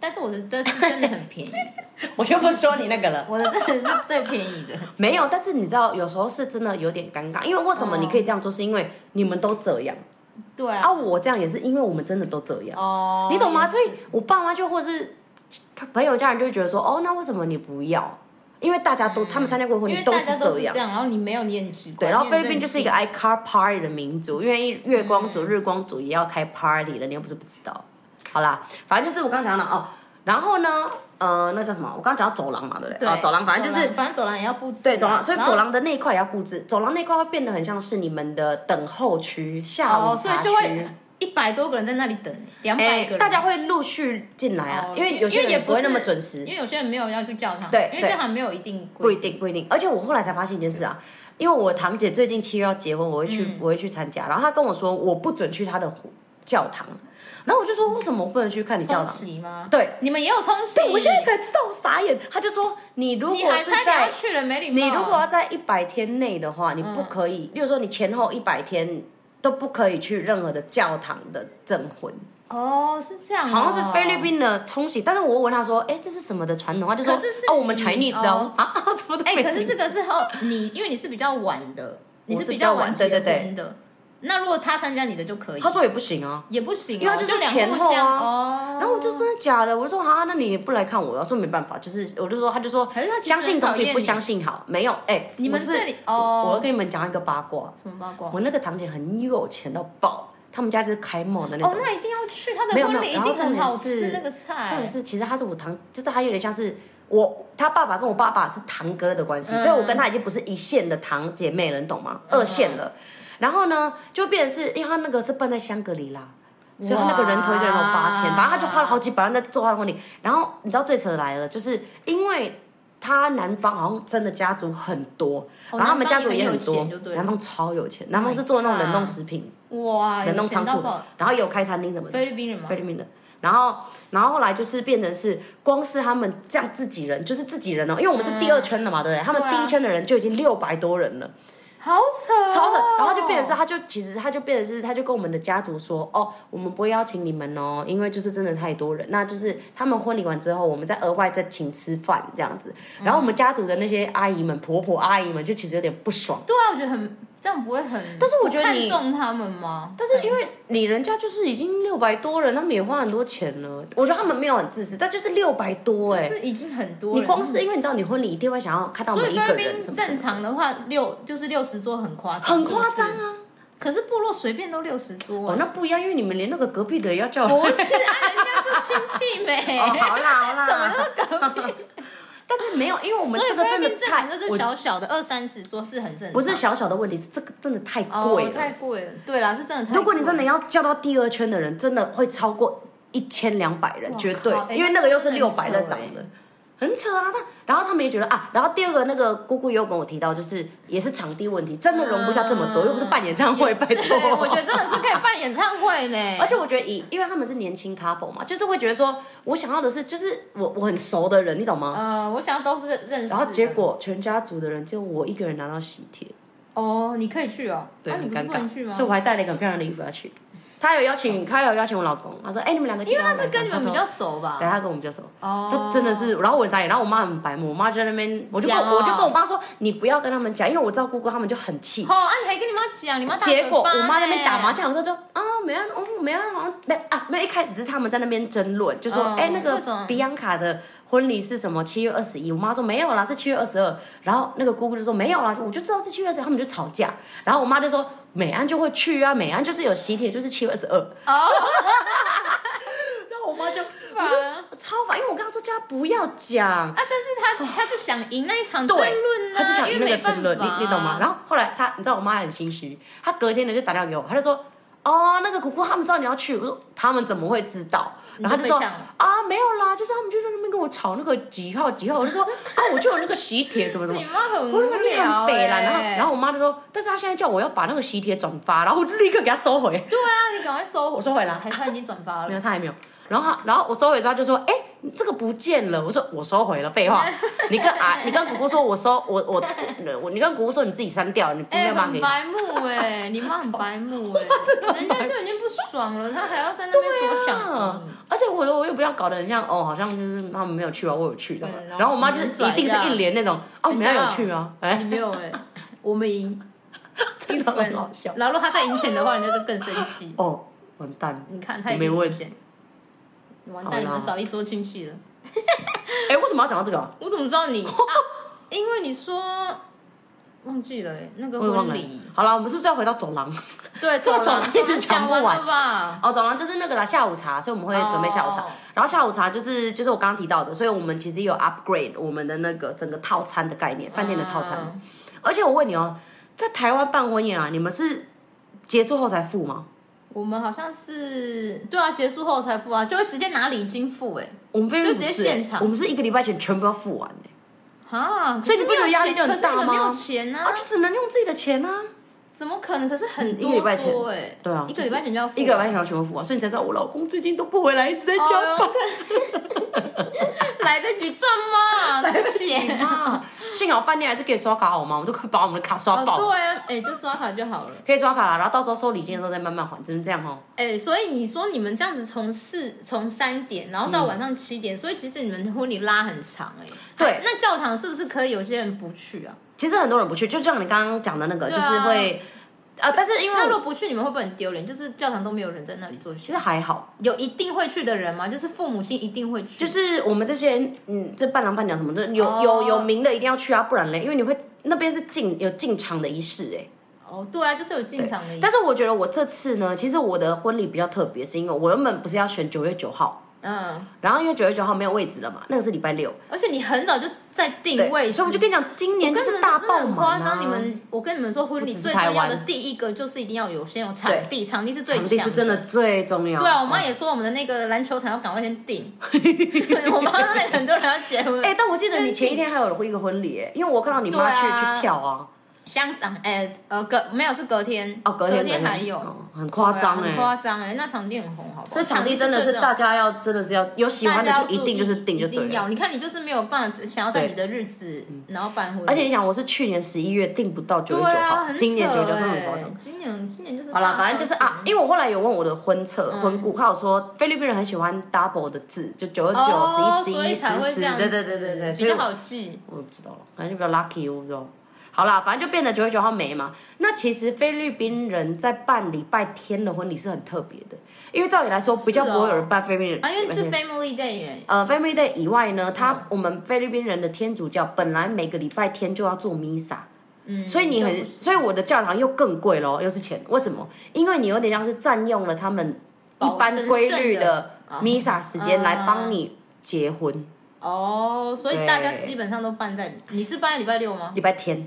[SPEAKER 2] 但是我的这是真的很便宜，
[SPEAKER 1] 我就不说你那个了。
[SPEAKER 2] 我的真的是最便宜的。
[SPEAKER 1] 没有，但是你知道，有时候是真的有点尴尬，因为为什么
[SPEAKER 2] 哦
[SPEAKER 1] 你可以这样做，是因为你们都这样、
[SPEAKER 2] 对啊，
[SPEAKER 1] 啊，我这样也是因为我们真的都这样，
[SPEAKER 2] 哦，
[SPEAKER 1] 你懂吗？
[SPEAKER 2] 也是
[SPEAKER 1] 所以我爸妈就或是朋友家人就会觉得说，哦，那为什么你不要？因为大家都、他们参加过婚
[SPEAKER 2] 因
[SPEAKER 1] 礼
[SPEAKER 2] 为大
[SPEAKER 1] 是
[SPEAKER 2] 家都
[SPEAKER 1] 这
[SPEAKER 2] 是
[SPEAKER 1] 样
[SPEAKER 2] 这。样，然后你没有，你也很奇怪。
[SPEAKER 1] 对，然后
[SPEAKER 2] 你
[SPEAKER 1] 菲
[SPEAKER 2] 很
[SPEAKER 1] 律宾
[SPEAKER 2] 任
[SPEAKER 1] 就是一个
[SPEAKER 2] 性
[SPEAKER 1] i car party 的民族，因为月光
[SPEAKER 2] 嗯
[SPEAKER 1] 族、日光族也要开 party 的，你又不是不知道。好啦，反正就是我刚讲了哦，然后呢，呃，那叫什么？我刚讲到走廊嘛，对不对？
[SPEAKER 2] 对
[SPEAKER 1] 哦，走廊，反正就是
[SPEAKER 2] 反正走廊也要布置啊，
[SPEAKER 1] 对，走廊，所以
[SPEAKER 2] 然后
[SPEAKER 1] 走廊的那一块也要布置，走廊那一块会变得很像是你们的等候区、下午
[SPEAKER 2] 哦，所以
[SPEAKER 1] 茶区。
[SPEAKER 2] 就会一百多个人在那里等，两百
[SPEAKER 1] 哎
[SPEAKER 2] 个人，
[SPEAKER 1] 大家会陆续进来啊，
[SPEAKER 2] 哦
[SPEAKER 1] 因为有些
[SPEAKER 2] 因为也
[SPEAKER 1] 人
[SPEAKER 2] 不
[SPEAKER 1] 不会那
[SPEAKER 2] 是
[SPEAKER 1] 么准时，
[SPEAKER 2] 因为有些人没有要去教堂，
[SPEAKER 1] 对
[SPEAKER 2] 因为
[SPEAKER 1] 对
[SPEAKER 2] 教堂没有一定
[SPEAKER 1] 不
[SPEAKER 2] 规
[SPEAKER 1] 一定不一定。而且我后来才发现一件事啊，因为我堂姐最近七月要结婚，我会去、
[SPEAKER 2] 嗯
[SPEAKER 1] 我会去参加，然后她跟我说我不准去她的教堂，然后我就说为什么我不能去看你教
[SPEAKER 2] 冲
[SPEAKER 1] 堂？
[SPEAKER 2] 洗吗？
[SPEAKER 1] 对，
[SPEAKER 2] 你们也有冲洗？
[SPEAKER 1] 对我现在才知道，我傻眼。她就说你如
[SPEAKER 2] 你
[SPEAKER 1] 果
[SPEAKER 2] 还
[SPEAKER 1] 是
[SPEAKER 2] 差点
[SPEAKER 1] 在
[SPEAKER 2] 要去哦嗯了，没礼貌。
[SPEAKER 1] 你如果要在一百天内的话，你不可以，例如说你前后一百天都不可以去任何的教堂的证婚，
[SPEAKER 2] 哦，是这样哦，
[SPEAKER 1] 好像是菲律宾的冲洗。但是我问他说，哎、这是什么的传统？他就说，
[SPEAKER 2] 可是是
[SPEAKER 1] 哦，我们
[SPEAKER 2] 你
[SPEAKER 1] Chinese 的哦
[SPEAKER 2] 哦
[SPEAKER 1] 啊， 怎么都
[SPEAKER 2] 哎、
[SPEAKER 1] 没
[SPEAKER 2] 可是
[SPEAKER 1] 听
[SPEAKER 2] 这个是后你，因为你是比较晚的，你
[SPEAKER 1] 我是比
[SPEAKER 2] 比
[SPEAKER 1] 较
[SPEAKER 2] 较
[SPEAKER 1] 晚
[SPEAKER 2] 结
[SPEAKER 1] 对对
[SPEAKER 2] 婚的。
[SPEAKER 1] 对
[SPEAKER 2] 那如果他参加你的就可以
[SPEAKER 1] 他，说也不行啊。
[SPEAKER 2] 也不行、哦，
[SPEAKER 1] 因为他就是
[SPEAKER 2] 就两
[SPEAKER 1] 前
[SPEAKER 2] 互
[SPEAKER 1] 后啊
[SPEAKER 2] 相哦。
[SPEAKER 1] 然后我就真的假的，我就说哈，那你不来看我，我说没办法，就是我就说，他就说
[SPEAKER 2] 还是他其实
[SPEAKER 1] 相信
[SPEAKER 2] 很
[SPEAKER 1] 总
[SPEAKER 2] 讨
[SPEAKER 1] 比
[SPEAKER 2] 厌
[SPEAKER 1] 不
[SPEAKER 2] 你
[SPEAKER 1] 相信好，没有哎、
[SPEAKER 2] 你们
[SPEAKER 1] 我
[SPEAKER 2] 这里
[SPEAKER 1] 我我要
[SPEAKER 2] 哦，
[SPEAKER 1] 跟你们讲一个八卦，
[SPEAKER 2] 什么八卦？
[SPEAKER 1] 我那个堂姐很有钱到爆，他们家就是开幕的那种
[SPEAKER 2] 哦，，那一定要去他的
[SPEAKER 1] 没有没有
[SPEAKER 2] 婚礼，一
[SPEAKER 1] 然后
[SPEAKER 2] 定
[SPEAKER 1] 重
[SPEAKER 2] 很
[SPEAKER 1] 点
[SPEAKER 2] 好
[SPEAKER 1] 是
[SPEAKER 2] 吃那个
[SPEAKER 1] 重
[SPEAKER 2] 菜
[SPEAKER 1] 点。是，其实他是我堂，就是他有点像是我，他爸爸跟我爸爸是堂哥的
[SPEAKER 2] 嗯
[SPEAKER 1] 关系，所以我跟他已经不是一线的堂姐妹了，你懂吗？二线了。然后呢，就变成是因为他那个是办在香格里拉，所以他那个人头一个人头八千，
[SPEAKER 2] 哇
[SPEAKER 1] 反正他就花了好几百万在做他的婚礼。然后你知道最扯的来了，就是因为。他南方好像真的家族很多，
[SPEAKER 2] 哦
[SPEAKER 1] 然后他们家族也很
[SPEAKER 2] 南
[SPEAKER 1] 多
[SPEAKER 2] 方也很有钱就对，了
[SPEAKER 1] 南方超有钱，南方是做那种冷冻食品、
[SPEAKER 2] 哇，
[SPEAKER 1] 冷
[SPEAKER 2] 哎有
[SPEAKER 1] 冻仓
[SPEAKER 2] 钱到
[SPEAKER 1] 库
[SPEAKER 2] 爆！
[SPEAKER 1] 的，然后有开餐厅什么的。
[SPEAKER 2] 菲律宾人吗？
[SPEAKER 1] 菲律宾的。然后，然后后来就是变成是，光是他们这样自己人，就是自己人哦，因为我们是第二圈的嘛，对不对？他们
[SPEAKER 2] 对啊
[SPEAKER 1] 第一圈的人就已经六百多人了，
[SPEAKER 2] 好扯哦，
[SPEAKER 1] 超扯。然后就变成是，他就其实他就变成是，他就跟我们的家族说，哦，我们不会邀请你们哦，因为就是真的太多人，那就是他们婚礼完之后，我们再额外再请吃饭嗯这样子。然后我们家族的那些阿姨们、婆婆阿姨们就其实有点不爽，
[SPEAKER 2] 对啊，我觉得很这样不会很？
[SPEAKER 1] 但是我觉得
[SPEAKER 2] 不看
[SPEAKER 1] 你
[SPEAKER 2] 中他们吗？
[SPEAKER 1] 但是因为你人家就是已经六百多人，他们也花很多钱了。我觉得他们没有很自私，但就是六百多哎、
[SPEAKER 2] 就是已经很多人，
[SPEAKER 1] 你光是因为你知道你婚礼一定会想要看到
[SPEAKER 2] 所
[SPEAKER 1] 每
[SPEAKER 2] 以
[SPEAKER 1] 一
[SPEAKER 2] 菲
[SPEAKER 1] 个
[SPEAKER 2] 律
[SPEAKER 1] 人，
[SPEAKER 2] 宾
[SPEAKER 1] 什么什
[SPEAKER 2] 正
[SPEAKER 1] 么
[SPEAKER 2] 常的话六就是六十桌很夸张，
[SPEAKER 1] 很夸张
[SPEAKER 2] 是不是。
[SPEAKER 1] 啊。
[SPEAKER 2] 可是部落随便都六十桌
[SPEAKER 1] 哦，
[SPEAKER 2] 啊，
[SPEAKER 1] 那不一样，因为你们连那个隔壁的也要 叫。
[SPEAKER 2] 不是啊，人家就亲戚美，
[SPEAKER 1] 哦，好啦好啦，
[SPEAKER 2] 什么都隔 壁。
[SPEAKER 1] 但是没有，因为我们
[SPEAKER 2] 所以
[SPEAKER 1] 这个
[SPEAKER 2] 菲
[SPEAKER 1] 真
[SPEAKER 2] 律宾
[SPEAKER 1] 的
[SPEAKER 2] 正
[SPEAKER 1] 太
[SPEAKER 2] 常，就是
[SPEAKER 1] 我
[SPEAKER 2] 小小的二三十桌是很正常，
[SPEAKER 1] 不是小小的问题，是这个真的太贵
[SPEAKER 2] 哦，
[SPEAKER 1] 了。
[SPEAKER 2] 太贵了。对啦，是真的太贵了。
[SPEAKER 1] 如果你真的要叫到第二圈的人，真的会超过一千两百人，
[SPEAKER 2] 哇
[SPEAKER 1] 绝对
[SPEAKER 2] 靠，哎
[SPEAKER 1] 因为那个又是
[SPEAKER 2] 那
[SPEAKER 1] 六
[SPEAKER 2] 真的
[SPEAKER 1] 百
[SPEAKER 2] 很
[SPEAKER 1] 在涨
[SPEAKER 2] 扯哎
[SPEAKER 1] 的，很扯啊。但然后他们也觉得啊，然后第二个那个姑姑也有跟我提到，就是也是场地问题，真的容不下这么多，
[SPEAKER 2] 嗯
[SPEAKER 1] 又不是办演唱会，
[SPEAKER 2] 也是
[SPEAKER 1] 拜托。。
[SPEAKER 2] 我觉得真的是可以办演唱会呢
[SPEAKER 1] 而且我觉得以，因为他们是年轻 couple 嘛，就是会觉得说，我想要的是，就是我我很熟的人，你懂吗？
[SPEAKER 2] 呃，我想要都是认识的。
[SPEAKER 1] 然后结果全家族的人就我一个人拿到喜帖，
[SPEAKER 2] 哦，你可以去哦。
[SPEAKER 1] 对，
[SPEAKER 2] 啊，
[SPEAKER 1] 很
[SPEAKER 2] 你不是
[SPEAKER 1] 尴
[SPEAKER 2] 不
[SPEAKER 1] 尬
[SPEAKER 2] 能去。吗
[SPEAKER 1] 所？以我还带了一个很漂亮的衣服要去。他有邀请，他有邀请我老公，他说：“哎、你们两个记
[SPEAKER 2] 因
[SPEAKER 1] 得
[SPEAKER 2] 为
[SPEAKER 1] 要来
[SPEAKER 2] 他
[SPEAKER 1] 玩。”
[SPEAKER 2] 是跟哎你们比较熟
[SPEAKER 1] 他
[SPEAKER 2] 吧
[SPEAKER 1] 说，？对他跟我们比较熟。
[SPEAKER 2] 哦，
[SPEAKER 1] 他真的是，然后我很傻眼，然后我妈很白目，我妈就在那边，我就跟我、
[SPEAKER 2] 讲哦
[SPEAKER 1] 我就跟我妈说，你不要跟他们讲，因为我知道姑姑他们就很气。
[SPEAKER 2] 哦，啊，你还跟你妈讲，你妈大嘴巴
[SPEAKER 1] 结果我妈在那边打麻
[SPEAKER 2] 呢，
[SPEAKER 1] 将的时候就啊，没有，哦，没有，好像没啊，没有。一开始是他们在那边争论，就说
[SPEAKER 2] 嗯
[SPEAKER 1] 哎、那个
[SPEAKER 2] 为什么
[SPEAKER 1] 比昂卡的婚礼是什么？七月二十一。我妈说没有啦，是七月二十二。然后那个姑姑就说没有啦，我就知道是七月二十，他们就吵架。然后我妈就说美安就会去啊，美安就是有喜帖，就是七月二十二。
[SPEAKER 2] 哦，
[SPEAKER 1] 然后我妈就
[SPEAKER 2] 烦啊！
[SPEAKER 1] 超烦，因为我跟她说叫她不要讲。
[SPEAKER 2] 但是他他就想赢那一场争
[SPEAKER 1] 对
[SPEAKER 2] 论呢，啊
[SPEAKER 1] 他就想赢
[SPEAKER 2] 因
[SPEAKER 1] 那
[SPEAKER 2] 为
[SPEAKER 1] 个
[SPEAKER 2] 没
[SPEAKER 1] 争论，你
[SPEAKER 2] 办法啊
[SPEAKER 1] 你懂吗？然后后来他，你知道我妈很心虚，她隔天呢就打电话给我，她就说：“哦，那个姑姑他们知道你要去。”我说：“他们怎么会知道？”
[SPEAKER 2] 你
[SPEAKER 1] 然后她
[SPEAKER 2] 就
[SPEAKER 1] 就说：“
[SPEAKER 2] 被呛了
[SPEAKER 1] 啊，没有啦，就是他们就在那边跟我吵那个几号几号。”我就 说：“啊，我就有那个喜帖什么什么
[SPEAKER 2] 你。”妈很
[SPEAKER 1] 我
[SPEAKER 2] 无
[SPEAKER 1] 就说你
[SPEAKER 2] 聊
[SPEAKER 1] 很北啦，
[SPEAKER 2] 欸
[SPEAKER 1] 然后然后我妈就说，但是她现在叫我要把那个喜帖转发，然后我就立刻给她收回，
[SPEAKER 2] 对啊，你赶快收，
[SPEAKER 1] 我收回来
[SPEAKER 2] 还他已经转发
[SPEAKER 1] 没
[SPEAKER 2] 了，
[SPEAKER 1] 有她还没有，然后她然后我收回之后她就说，哎、这个不见了，我说我收回了，废 话，你跟啊你跟姑姑说我收我我我你跟姑姑说你自己删掉，你不
[SPEAKER 2] 哎，
[SPEAKER 1] 要把它
[SPEAKER 2] 很
[SPEAKER 1] 给
[SPEAKER 2] 白目 哎，你妈很白目哎，人家就已经不爽了，他还要在那边多想嗯赢，
[SPEAKER 1] 啊而且我我也不要搞得很像哦，好像就是他们没有去啊，我有去的嘛
[SPEAKER 2] 对。然后
[SPEAKER 1] 然后我妈就是一定是一脸那种哦，
[SPEAKER 2] 你
[SPEAKER 1] 没
[SPEAKER 2] 们转
[SPEAKER 1] 有
[SPEAKER 2] 嫁
[SPEAKER 1] 有去啊，哎，
[SPEAKER 2] 你没有哎，我们 赢
[SPEAKER 1] 真的很好笑
[SPEAKER 2] 然后如果他再赢钱的话，人家就更生气。
[SPEAKER 1] 哦，完蛋！
[SPEAKER 2] 你看他也
[SPEAKER 1] 我没问
[SPEAKER 2] 赢钱，完
[SPEAKER 1] 好啦
[SPEAKER 2] 蛋，你们少一桌亲戚了。
[SPEAKER 1] 哎，为什么要讲到这个啊？
[SPEAKER 2] 我怎么知道你？啊、因为你说忘记了、欸、那个
[SPEAKER 1] 我也忘
[SPEAKER 2] 婚
[SPEAKER 1] 了
[SPEAKER 2] 礼，。
[SPEAKER 1] 好了，我们是不是要回到走廊？
[SPEAKER 2] 对，
[SPEAKER 1] 这个
[SPEAKER 2] 走了
[SPEAKER 1] 总
[SPEAKER 2] 走
[SPEAKER 1] 一直
[SPEAKER 2] 了
[SPEAKER 1] 讲
[SPEAKER 2] 讲
[SPEAKER 1] 不完
[SPEAKER 2] 完了吧？
[SPEAKER 1] 哦，走廊就是那个啦，下午茶，所以我们会准备下午茶
[SPEAKER 2] 哦。
[SPEAKER 1] 然后下午茶就是就是我刚刚提到的，所以我们其实有 upgrade 我们的那个整个套餐的概念，饭店的套餐。
[SPEAKER 2] 嗯
[SPEAKER 1] 而且我问你哦，在台湾办婚宴啊，你们是结束后才付吗？
[SPEAKER 2] 我们好像是对啊，结束后才付啊，就会直接拿礼金付哎、
[SPEAKER 1] 我们非常
[SPEAKER 2] 就直接现场
[SPEAKER 1] 我们是一个礼拜前全部要付完欸的、
[SPEAKER 2] 啊，可是
[SPEAKER 1] 所以你不
[SPEAKER 2] 没有
[SPEAKER 1] 觉得压力
[SPEAKER 2] 钱
[SPEAKER 1] 就很大
[SPEAKER 2] 可是你们没
[SPEAKER 1] 吗
[SPEAKER 2] 有钱啊
[SPEAKER 1] 啊，，就只能用自己的钱啊。
[SPEAKER 2] 怎么可能？可是很
[SPEAKER 1] 一个
[SPEAKER 2] 多
[SPEAKER 1] 礼拜前
[SPEAKER 2] 桌哎、欸，
[SPEAKER 1] 对啊
[SPEAKER 2] 一个礼拜前就要付、
[SPEAKER 1] 一个礼拜前要全部付完，所以你才知道我老公最近都不回来，一
[SPEAKER 2] 哦
[SPEAKER 1] 直在加班。
[SPEAKER 2] 来得及赚 吗？来得及
[SPEAKER 1] 啊，幸好饭店还是可以刷卡好吗？我们都快把我们的卡刷
[SPEAKER 2] 哦，
[SPEAKER 1] 爆了，
[SPEAKER 2] 对啊，哎、就刷卡就好了。
[SPEAKER 1] 可以刷卡了，然后到时候收礼金的时候再慢慢还，只能这样哦。
[SPEAKER 2] 哎、所以你说你们这样子从四从三点，然后到晚上七点，所以其实你们婚礼拉很长哎、
[SPEAKER 1] 对
[SPEAKER 2] 那教堂是不是可以有些人不去啊？
[SPEAKER 1] 其实很多人不去，就像你刚刚讲的那个，
[SPEAKER 2] 对
[SPEAKER 1] 就
[SPEAKER 2] 啊
[SPEAKER 1] 是会啊，但是因
[SPEAKER 2] 那
[SPEAKER 1] 为
[SPEAKER 2] 如
[SPEAKER 1] 我
[SPEAKER 2] 果不去，你们会不会很丢脸？就是教堂都没有人在那里做
[SPEAKER 1] 其
[SPEAKER 2] 事，
[SPEAKER 1] 实还好，
[SPEAKER 2] 有一定会去的人吗？就是父母亲一定会去，
[SPEAKER 1] 就是我们这些人，嗯，这伴郎伴娘什么的，有
[SPEAKER 2] 哦
[SPEAKER 1] 有有名的一定要去啊，不然嘞，因为你会那边是进有进场的仪式哎、
[SPEAKER 2] 哦，对啊，就是有进场的意思，
[SPEAKER 1] 但是我觉得我这次呢，其实我的婚礼比较特别，是因为我原本不是要选九月九号，
[SPEAKER 2] 嗯，
[SPEAKER 1] 然后因为九月九号没有位置了嘛，那个是礼拜六，
[SPEAKER 2] 而且你很早就在
[SPEAKER 1] 对
[SPEAKER 2] 定，位置，
[SPEAKER 1] 所以我就跟你讲，今年就
[SPEAKER 2] 跟你
[SPEAKER 1] 是
[SPEAKER 2] 们
[SPEAKER 1] 大
[SPEAKER 2] 说真的
[SPEAKER 1] 爆
[SPEAKER 2] 很
[SPEAKER 1] 满、啊、
[SPEAKER 2] 夸张！你们，我跟你们说，婚礼
[SPEAKER 1] 不只是
[SPEAKER 2] 最重
[SPEAKER 1] 台
[SPEAKER 2] 要
[SPEAKER 1] 湾
[SPEAKER 2] 的第一个就是一定要有先有场地，场地是最
[SPEAKER 1] 场地是
[SPEAKER 2] 强
[SPEAKER 1] 真的嗯最重要。
[SPEAKER 2] 对啊，我妈也说我们的那个篮球场要赶快先 订。我妈说那个很多人要结婚。
[SPEAKER 1] 哎、但我记得你前一天还有一个婚礼、哎因为我看到你妈去、
[SPEAKER 2] 对啊
[SPEAKER 1] 去跳啊，
[SPEAKER 2] 乡长，哎、呃，隔没有是隔天，
[SPEAKER 1] 哦，隔天
[SPEAKER 2] 天还有，
[SPEAKER 1] 哦很夸张
[SPEAKER 2] 对啊
[SPEAKER 1] 哎
[SPEAKER 2] 很。夸张哎，那场地很红，好不好？
[SPEAKER 1] 所以场地真的
[SPEAKER 2] 最
[SPEAKER 1] 是
[SPEAKER 2] 重
[SPEAKER 1] 大家要真的是要有喜
[SPEAKER 2] 大
[SPEAKER 1] 欢的
[SPEAKER 2] 家要
[SPEAKER 1] 就一
[SPEAKER 2] 注
[SPEAKER 1] 定
[SPEAKER 2] 意
[SPEAKER 1] 就是定就
[SPEAKER 2] 一
[SPEAKER 1] 对
[SPEAKER 2] 定
[SPEAKER 1] 了。
[SPEAKER 2] 要。你看你就是没有办法想要在
[SPEAKER 1] 对嗯
[SPEAKER 2] 你的日子，然后办婚礼，
[SPEAKER 1] 而且你想，我是去年十一月订不到九月
[SPEAKER 2] 对
[SPEAKER 1] 九
[SPEAKER 2] 啊，
[SPEAKER 1] 号，
[SPEAKER 2] 很
[SPEAKER 1] 今年九
[SPEAKER 2] 扯
[SPEAKER 1] 月九号
[SPEAKER 2] 哎
[SPEAKER 1] 很夸张。
[SPEAKER 2] 今年今年就是
[SPEAKER 1] 好啦，反正就是啊，因为我后来有问我的婚策、
[SPEAKER 2] 嗯
[SPEAKER 1] 婚顾，他有说菲律宾人很喜欢 double 的字，就九
[SPEAKER 2] 大
[SPEAKER 1] 九、
[SPEAKER 2] 扫
[SPEAKER 1] 十一、十
[SPEAKER 2] 除，哦所以
[SPEAKER 1] 一、
[SPEAKER 2] 才
[SPEAKER 1] 十
[SPEAKER 2] 会
[SPEAKER 1] 十
[SPEAKER 2] 这样，
[SPEAKER 1] 对对对对对，
[SPEAKER 2] 比
[SPEAKER 1] 所以
[SPEAKER 2] 较
[SPEAKER 1] 我
[SPEAKER 2] 好记。
[SPEAKER 1] 我不知道了，反正就比较 lucky，我不知道。好啦，反正就变得九月九号没嘛。那其实菲律宾人在办礼拜天的婚礼是很特别的，因为照理来说比较不会有人办菲律宾人
[SPEAKER 2] 啊，因为是嗯 Family Day 耶，
[SPEAKER 1] 呃 Family Day 以外呢，他、我们菲律宾人的天主教本来每个礼拜天就要做弥撒，
[SPEAKER 2] 嗯，
[SPEAKER 1] 所以你
[SPEAKER 2] 就
[SPEAKER 1] 很，所以我的教堂又更贵咯，又是钱。为什么？因为你有点像是占用了他们一
[SPEAKER 2] 保
[SPEAKER 1] 般
[SPEAKER 2] 神
[SPEAKER 1] 规
[SPEAKER 2] 圣
[SPEAKER 1] 律
[SPEAKER 2] 的
[SPEAKER 1] 的
[SPEAKER 2] 啊
[SPEAKER 1] 弥撒时间来
[SPEAKER 2] 啊
[SPEAKER 1] 帮你结婚。
[SPEAKER 2] 哦，所以大家
[SPEAKER 1] 对
[SPEAKER 2] 基本上都办在，你是办在礼拜六吗？
[SPEAKER 1] 礼拜天，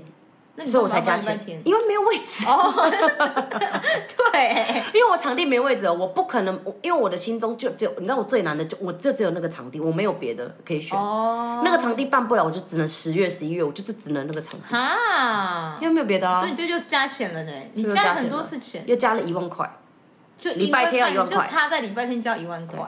[SPEAKER 2] 那你
[SPEAKER 1] 所以我才
[SPEAKER 2] 干嘛
[SPEAKER 1] 加
[SPEAKER 2] 办礼拜
[SPEAKER 1] 钱
[SPEAKER 2] 天，。
[SPEAKER 1] 因为没有位置，
[SPEAKER 2] 哦，对，
[SPEAKER 1] 因为我场地没位置了，我不可能，我因为我的心中就只有，你知道我最难的就我就只有那个场地，我没有别的可以选。
[SPEAKER 2] 哦，
[SPEAKER 1] 那个场地办不了，我就只能十月、十一月，我就是只能那个场地，
[SPEAKER 2] 哈，
[SPEAKER 1] 因为没有别的
[SPEAKER 2] 所
[SPEAKER 1] 啊
[SPEAKER 2] 以。你就就加钱了呢，你
[SPEAKER 1] 所以我
[SPEAKER 2] 加
[SPEAKER 1] 加
[SPEAKER 2] 了很
[SPEAKER 1] 钱
[SPEAKER 2] 多
[SPEAKER 1] 了
[SPEAKER 2] 次钱，
[SPEAKER 1] 又加了一万块，
[SPEAKER 2] 就
[SPEAKER 1] 礼拜天要
[SPEAKER 2] 一
[SPEAKER 1] 一
[SPEAKER 2] 万
[SPEAKER 1] 万
[SPEAKER 2] 你
[SPEAKER 1] 块
[SPEAKER 2] 就差在礼拜天就要一万块。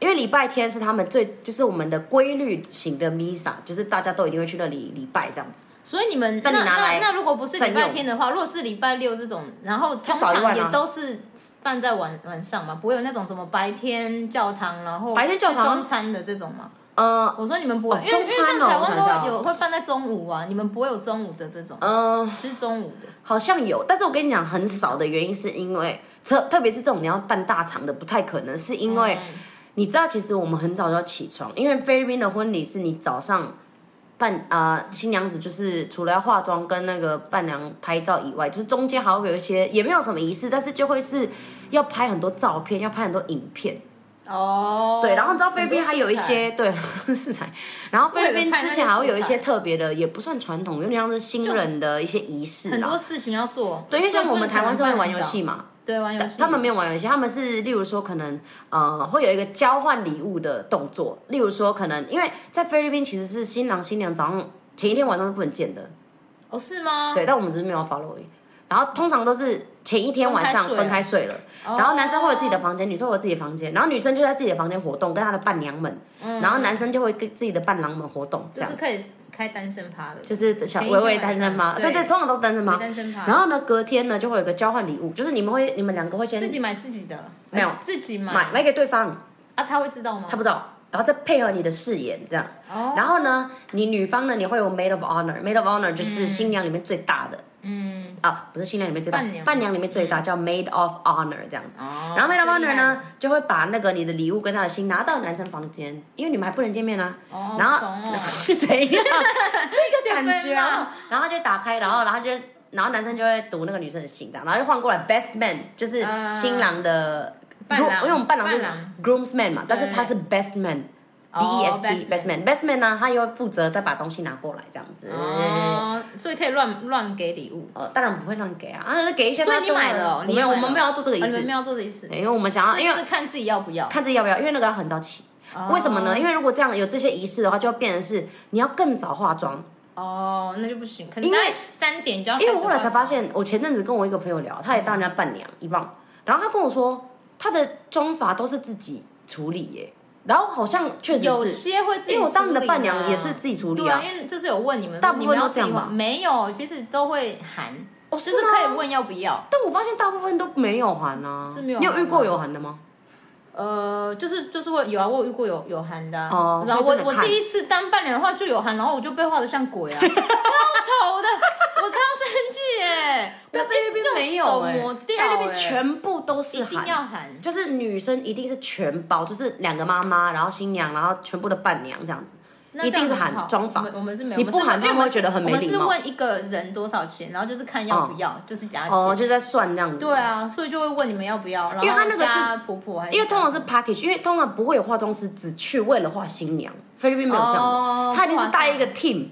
[SPEAKER 1] 因为礼拜天是他们最就是我们的规律型的弥撒，就是大家都一定会去那里礼拜这样子。
[SPEAKER 2] 所以你们那
[SPEAKER 1] 但你拿
[SPEAKER 2] 那
[SPEAKER 1] 来
[SPEAKER 2] 那如果不是礼
[SPEAKER 1] 占
[SPEAKER 2] 拜
[SPEAKER 1] 用
[SPEAKER 2] 天的话，如果是礼拜六这种，然后通
[SPEAKER 1] 少一
[SPEAKER 2] 常
[SPEAKER 1] 万
[SPEAKER 2] 也
[SPEAKER 1] 啊
[SPEAKER 2] 都是办在晚晚上嘛，不会有那种什么白天教堂，然后
[SPEAKER 1] 白天教
[SPEAKER 2] 吃
[SPEAKER 1] 堂
[SPEAKER 2] 中餐的这种嘛。
[SPEAKER 1] 呃，
[SPEAKER 2] 我说你们不会，
[SPEAKER 1] 哦
[SPEAKER 2] 因为因为
[SPEAKER 1] 中餐
[SPEAKER 2] 像
[SPEAKER 1] 哦
[SPEAKER 2] 台湾
[SPEAKER 1] 我想一下
[SPEAKER 2] 都
[SPEAKER 1] 哦
[SPEAKER 2] 有会办在中午啊，你们不会有中午的这种
[SPEAKER 1] 嗯，
[SPEAKER 2] 吃中午的。
[SPEAKER 1] 好像有，但是我跟你讲，很少的原因是因为，特特别是这种你要办大场的，不太可能，是因为、你知道，其实我们很早就要起床，因为菲律宾的婚礼是你早上伴啊、新娘子就是除了要化妆跟那个伴娘拍照以外，就是中间还会有一些也没有什么仪式，但是就会是要拍很多照片，要拍很多影片，
[SPEAKER 2] 哦，
[SPEAKER 1] 对，然后你知道菲律宾
[SPEAKER 2] 很多
[SPEAKER 1] 还有一些对食材，然后菲律
[SPEAKER 2] 为了
[SPEAKER 1] 宾
[SPEAKER 2] 拍那
[SPEAKER 1] 之
[SPEAKER 2] 些
[SPEAKER 1] 前还会有一
[SPEAKER 2] 食材
[SPEAKER 1] 些特别的，也不算传统，有点像是新人的一些仪式
[SPEAKER 2] 素材很
[SPEAKER 1] 啦
[SPEAKER 2] 多事情要做，
[SPEAKER 1] 对，因为像
[SPEAKER 2] 所以
[SPEAKER 1] 我
[SPEAKER 2] 不
[SPEAKER 1] 们
[SPEAKER 2] 能
[SPEAKER 1] 台湾是
[SPEAKER 2] 可
[SPEAKER 1] 会
[SPEAKER 2] 能办
[SPEAKER 1] 玩
[SPEAKER 2] 很
[SPEAKER 1] 游
[SPEAKER 2] 早，
[SPEAKER 1] 戏嘛，
[SPEAKER 2] 对，玩游戏，
[SPEAKER 1] 他们没有玩游戏，他们是例如说可能呃会有一个交换礼物的动作，例如说可能因为在菲律宾其实是新郎新娘早上前一天晚上是不能见的，
[SPEAKER 2] 哦是吗？
[SPEAKER 1] 对，但我们只是没有 follow 而已。然后通常都是前一天晚上
[SPEAKER 2] 分开睡
[SPEAKER 1] 分开睡了，
[SPEAKER 2] 哦
[SPEAKER 1] 然后男生会有自己的房间，女生会有自己的房间，然后女生就在自己的房间活动，跟她的伴娘们，
[SPEAKER 2] 嗯
[SPEAKER 1] 然后男生就会跟自己的伴郎们活动，这
[SPEAKER 2] 就
[SPEAKER 1] 样
[SPEAKER 2] 是可以开单身趴的，
[SPEAKER 1] 就是小
[SPEAKER 2] 前一
[SPEAKER 1] 微
[SPEAKER 2] 天
[SPEAKER 1] 微
[SPEAKER 2] 晚
[SPEAKER 1] 单身
[SPEAKER 2] 上
[SPEAKER 1] 妈，
[SPEAKER 2] 对
[SPEAKER 1] 对对，通常都是单身妈
[SPEAKER 2] 没。单身趴，
[SPEAKER 1] 然后呢，隔天呢就会有一个交换礼物，就是你们会你们两个会先
[SPEAKER 2] 自己买自己的，
[SPEAKER 1] 没有
[SPEAKER 2] 呃自己买
[SPEAKER 1] 买买给对方，
[SPEAKER 2] 啊，他会知道吗？
[SPEAKER 1] 他不知道，然后再配合你的誓言这样。
[SPEAKER 2] 哦，
[SPEAKER 1] 然后呢，你女方呢，你会有 maid of honor，maid of honor 就是新娘里面最大的、
[SPEAKER 2] 嗯，
[SPEAKER 1] 啊，不是新娘里面最大
[SPEAKER 2] 伴娘，嗯
[SPEAKER 1] 伴娘里面最大叫 maid of honor 这样子。
[SPEAKER 2] 哦
[SPEAKER 1] 然后 maid of
[SPEAKER 2] 最
[SPEAKER 1] honor
[SPEAKER 2] 厉害
[SPEAKER 1] 呢，就会把那个你的礼物跟他的心拿到男生房间，因为你们还不能见面啊。
[SPEAKER 2] 哦，
[SPEAKER 1] 然后
[SPEAKER 2] 怂哦
[SPEAKER 1] 是 怎样？是一个感觉
[SPEAKER 2] 就被
[SPEAKER 1] 啊。然后就打开，然后然后就然后男生就会读那个女生的信，这样，然后就换过来 best man，就是
[SPEAKER 2] 啊
[SPEAKER 1] 新郎的。
[SPEAKER 2] 伴郎
[SPEAKER 1] groom- 因为我们伴郎是
[SPEAKER 2] 伴郎
[SPEAKER 1] groomsman 嘛，但是他是 best man。D E S
[SPEAKER 2] 哦
[SPEAKER 1] T
[SPEAKER 2] best
[SPEAKER 1] best man，best man 呢，他又负责再把东西拿过来这样子。
[SPEAKER 2] 哦，所以可以乱乱给礼物，
[SPEAKER 1] 哦，当然不会乱给啊，啊，给一些
[SPEAKER 2] 所以
[SPEAKER 1] 他
[SPEAKER 2] 你
[SPEAKER 1] 中
[SPEAKER 2] 买
[SPEAKER 1] 的
[SPEAKER 2] 了，
[SPEAKER 1] 我
[SPEAKER 2] 你
[SPEAKER 1] 没有，
[SPEAKER 2] 也
[SPEAKER 1] 我
[SPEAKER 2] 买
[SPEAKER 1] 们没
[SPEAKER 2] 了
[SPEAKER 1] 有要做这个
[SPEAKER 2] 哦
[SPEAKER 1] 仪
[SPEAKER 2] 你们没
[SPEAKER 1] 式，
[SPEAKER 2] 有做这一次，
[SPEAKER 1] 对因为我们想要，
[SPEAKER 2] 所以
[SPEAKER 1] 因为
[SPEAKER 2] 是看自己要不要。
[SPEAKER 1] 看自己要不要，因为那个要很早起。
[SPEAKER 2] 哦
[SPEAKER 1] 为什么呢？因为如果这样有这些仪式的话，就会变成是你要更早化妆，
[SPEAKER 2] 哦，那就不行，可能
[SPEAKER 1] 因为
[SPEAKER 2] 大概三点就要。
[SPEAKER 1] 因为我后来才发，现，我前阵子跟我一个朋友聊，他也当人家伴娘一棒，然后他跟我说，他的妆法都是自己处理耶，然后好像确实
[SPEAKER 2] 有
[SPEAKER 1] 是，
[SPEAKER 2] 些会自己处
[SPEAKER 1] 因
[SPEAKER 2] 理嘛，啊
[SPEAKER 1] 为我当你的伴娘也是自己处理
[SPEAKER 2] 对
[SPEAKER 1] 啊
[SPEAKER 2] 啊，，因为就是有问你们说，
[SPEAKER 1] 大部分
[SPEAKER 2] 你们要
[SPEAKER 1] 都这样
[SPEAKER 2] 自己
[SPEAKER 1] 吧
[SPEAKER 2] 换没有，其实都会含，
[SPEAKER 1] 哦
[SPEAKER 2] 就是是
[SPEAKER 1] 吗
[SPEAKER 2] 可以问要不要。
[SPEAKER 1] 但我发现大部分都没有含啊，
[SPEAKER 2] 是没有
[SPEAKER 1] 你
[SPEAKER 2] 含
[SPEAKER 1] 有
[SPEAKER 2] 吗
[SPEAKER 1] 遇过有含的吗？
[SPEAKER 2] 呃，就是就是会有啊，我有遇过有有含的、啊，
[SPEAKER 1] 哦
[SPEAKER 2] 然后
[SPEAKER 1] 所以
[SPEAKER 2] 我
[SPEAKER 1] 真的
[SPEAKER 2] 我
[SPEAKER 1] 看
[SPEAKER 2] 第一次当伴娘的话就有含，然后我就被画的像鬼 啊，超丑的，我超生气耶、我
[SPEAKER 1] 但菲律宾没有
[SPEAKER 2] 一直
[SPEAKER 1] 哎、
[SPEAKER 2] 用手抹掉
[SPEAKER 1] 菲律宾
[SPEAKER 2] 哎
[SPEAKER 1] 全部都是
[SPEAKER 2] 一
[SPEAKER 1] 含，
[SPEAKER 2] 定要含，
[SPEAKER 1] 就是女生一定是全包，就是两个妈妈，然后新娘，然后全部的伴娘这样子，
[SPEAKER 2] 那
[SPEAKER 1] 一
[SPEAKER 2] 这样
[SPEAKER 1] 定是
[SPEAKER 2] 很好
[SPEAKER 1] 含妆法
[SPEAKER 2] 我们我们是没有，
[SPEAKER 1] 你
[SPEAKER 2] 我们是
[SPEAKER 1] 不含
[SPEAKER 2] 因
[SPEAKER 1] 他
[SPEAKER 2] 为我
[SPEAKER 1] 们
[SPEAKER 2] 们
[SPEAKER 1] 会觉得很没
[SPEAKER 2] 我们是
[SPEAKER 1] 礼貌
[SPEAKER 2] 问一个人多少钱，然后就是看要不要，就是加钱。
[SPEAKER 1] 哦，就在算这样子。
[SPEAKER 2] 对啊，所以就会问你们要不要，然后
[SPEAKER 1] 因为他那个是
[SPEAKER 2] 加婆婆还是
[SPEAKER 1] 因为通常是 package，因为通常不会有化妆师只去为了化新娘，菲律宾没有这样的，
[SPEAKER 2] 哦
[SPEAKER 1] 他一定是带一个 team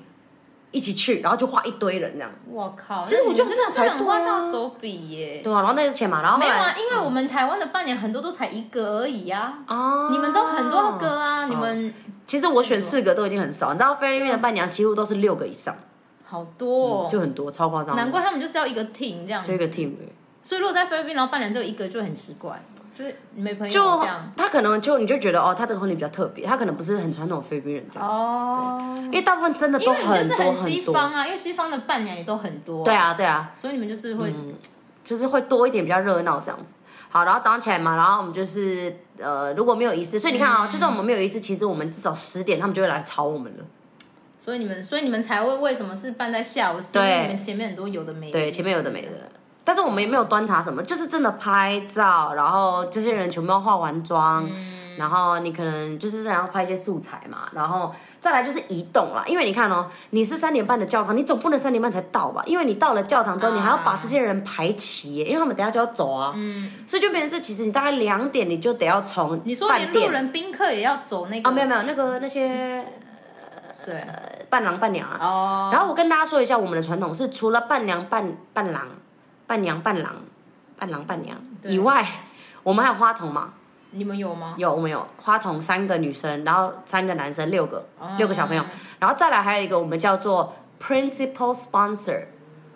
[SPEAKER 1] 一起去，然后就画一堆人这样，
[SPEAKER 2] 我靠，
[SPEAKER 1] 其实
[SPEAKER 2] 那
[SPEAKER 1] 我觉
[SPEAKER 2] 你
[SPEAKER 1] 得这
[SPEAKER 2] 们真的
[SPEAKER 1] 样
[SPEAKER 2] 是
[SPEAKER 1] 才
[SPEAKER 2] 很
[SPEAKER 1] 对
[SPEAKER 2] 花
[SPEAKER 1] 啊
[SPEAKER 2] 到手笔耶。
[SPEAKER 1] 对啊，然后那就是钱嘛，然后
[SPEAKER 2] 没
[SPEAKER 1] 后
[SPEAKER 2] 有
[SPEAKER 1] 来
[SPEAKER 2] 啊，因为我们台湾的伴娘很多都才一个而已啊，
[SPEAKER 1] 哦
[SPEAKER 2] 你们都很多个啊，你们
[SPEAKER 1] 其实我选四个都已经很少，你知道菲律宾的伴娘几乎都是六个以上，
[SPEAKER 2] 好多
[SPEAKER 1] 嗯就
[SPEAKER 2] 哦，
[SPEAKER 1] 很多，超夸张的，
[SPEAKER 2] 难怪他们就是要一个 team 这样
[SPEAKER 1] 就一个
[SPEAKER 2] 子。
[SPEAKER 1] team 而已。
[SPEAKER 2] 所以如果在菲律宾，然后伴娘只有一个，就很奇怪，就是没朋
[SPEAKER 1] 就
[SPEAKER 2] 友这样。
[SPEAKER 1] 他可能就你就觉得哦，他这个婚礼比较特别，他可能不是很传统的菲律宾人这样，
[SPEAKER 2] 哦，
[SPEAKER 1] 因为大部分真的
[SPEAKER 2] 因
[SPEAKER 1] 都
[SPEAKER 2] 为你们
[SPEAKER 1] 很
[SPEAKER 2] 就是
[SPEAKER 1] 多
[SPEAKER 2] 西
[SPEAKER 1] 很多，
[SPEAKER 2] 方啊，因为西方的伴娘也都很多，
[SPEAKER 1] 对，啊对嗯啊，
[SPEAKER 2] 所以你们就是会
[SPEAKER 1] 就是会多一点比较热闹这样子。好，然后早上起来嘛，然后我们就是
[SPEAKER 2] 嗯
[SPEAKER 1] 呃，如果没有仪式，所以你看啊、就算我们没有仪式，其实我们至少十点他们就会来吵我们了。
[SPEAKER 2] 所以你们，所以你们才会为什么是办在下午？是因
[SPEAKER 1] 对
[SPEAKER 2] 为你们前面很多有的没的。
[SPEAKER 1] 对，前面有的没。的。但是我们也没有端茶什么，就是真的拍照，然后这些人全部要化完妆，
[SPEAKER 2] 嗯
[SPEAKER 1] 然后你可能就是然后拍一些素材嘛，然后再来就是移动啦，因为你看哦，你是三点半的教堂，你总不能三点半才到吧？因为你到了教堂之后，你还要把这些
[SPEAKER 2] 啊
[SPEAKER 1] 人排齐耶，因为他们等一下就要走啊，所以就变成是其实你大概两点你就得要从
[SPEAKER 2] 嗯你说
[SPEAKER 1] 饭
[SPEAKER 2] 连路
[SPEAKER 1] 店
[SPEAKER 2] 人宾客也要走那个
[SPEAKER 1] 啊、没有没有那个那些
[SPEAKER 2] 水
[SPEAKER 1] 呃伴郎伴娘啊，
[SPEAKER 2] 哦，
[SPEAKER 1] 然后我跟大家说一下，我们的传统是除了伴娘、伴伴郎、伴娘、伴郎、伴郎、伴娘
[SPEAKER 2] 对
[SPEAKER 1] 以外，我们还有花童嘛？
[SPEAKER 2] 你们有吗？
[SPEAKER 1] 有，我们有花童三个女生，然后三个男生，六个
[SPEAKER 2] 哦
[SPEAKER 1] 六个小朋友，然后再来还有一个我们叫做 principal sponsor。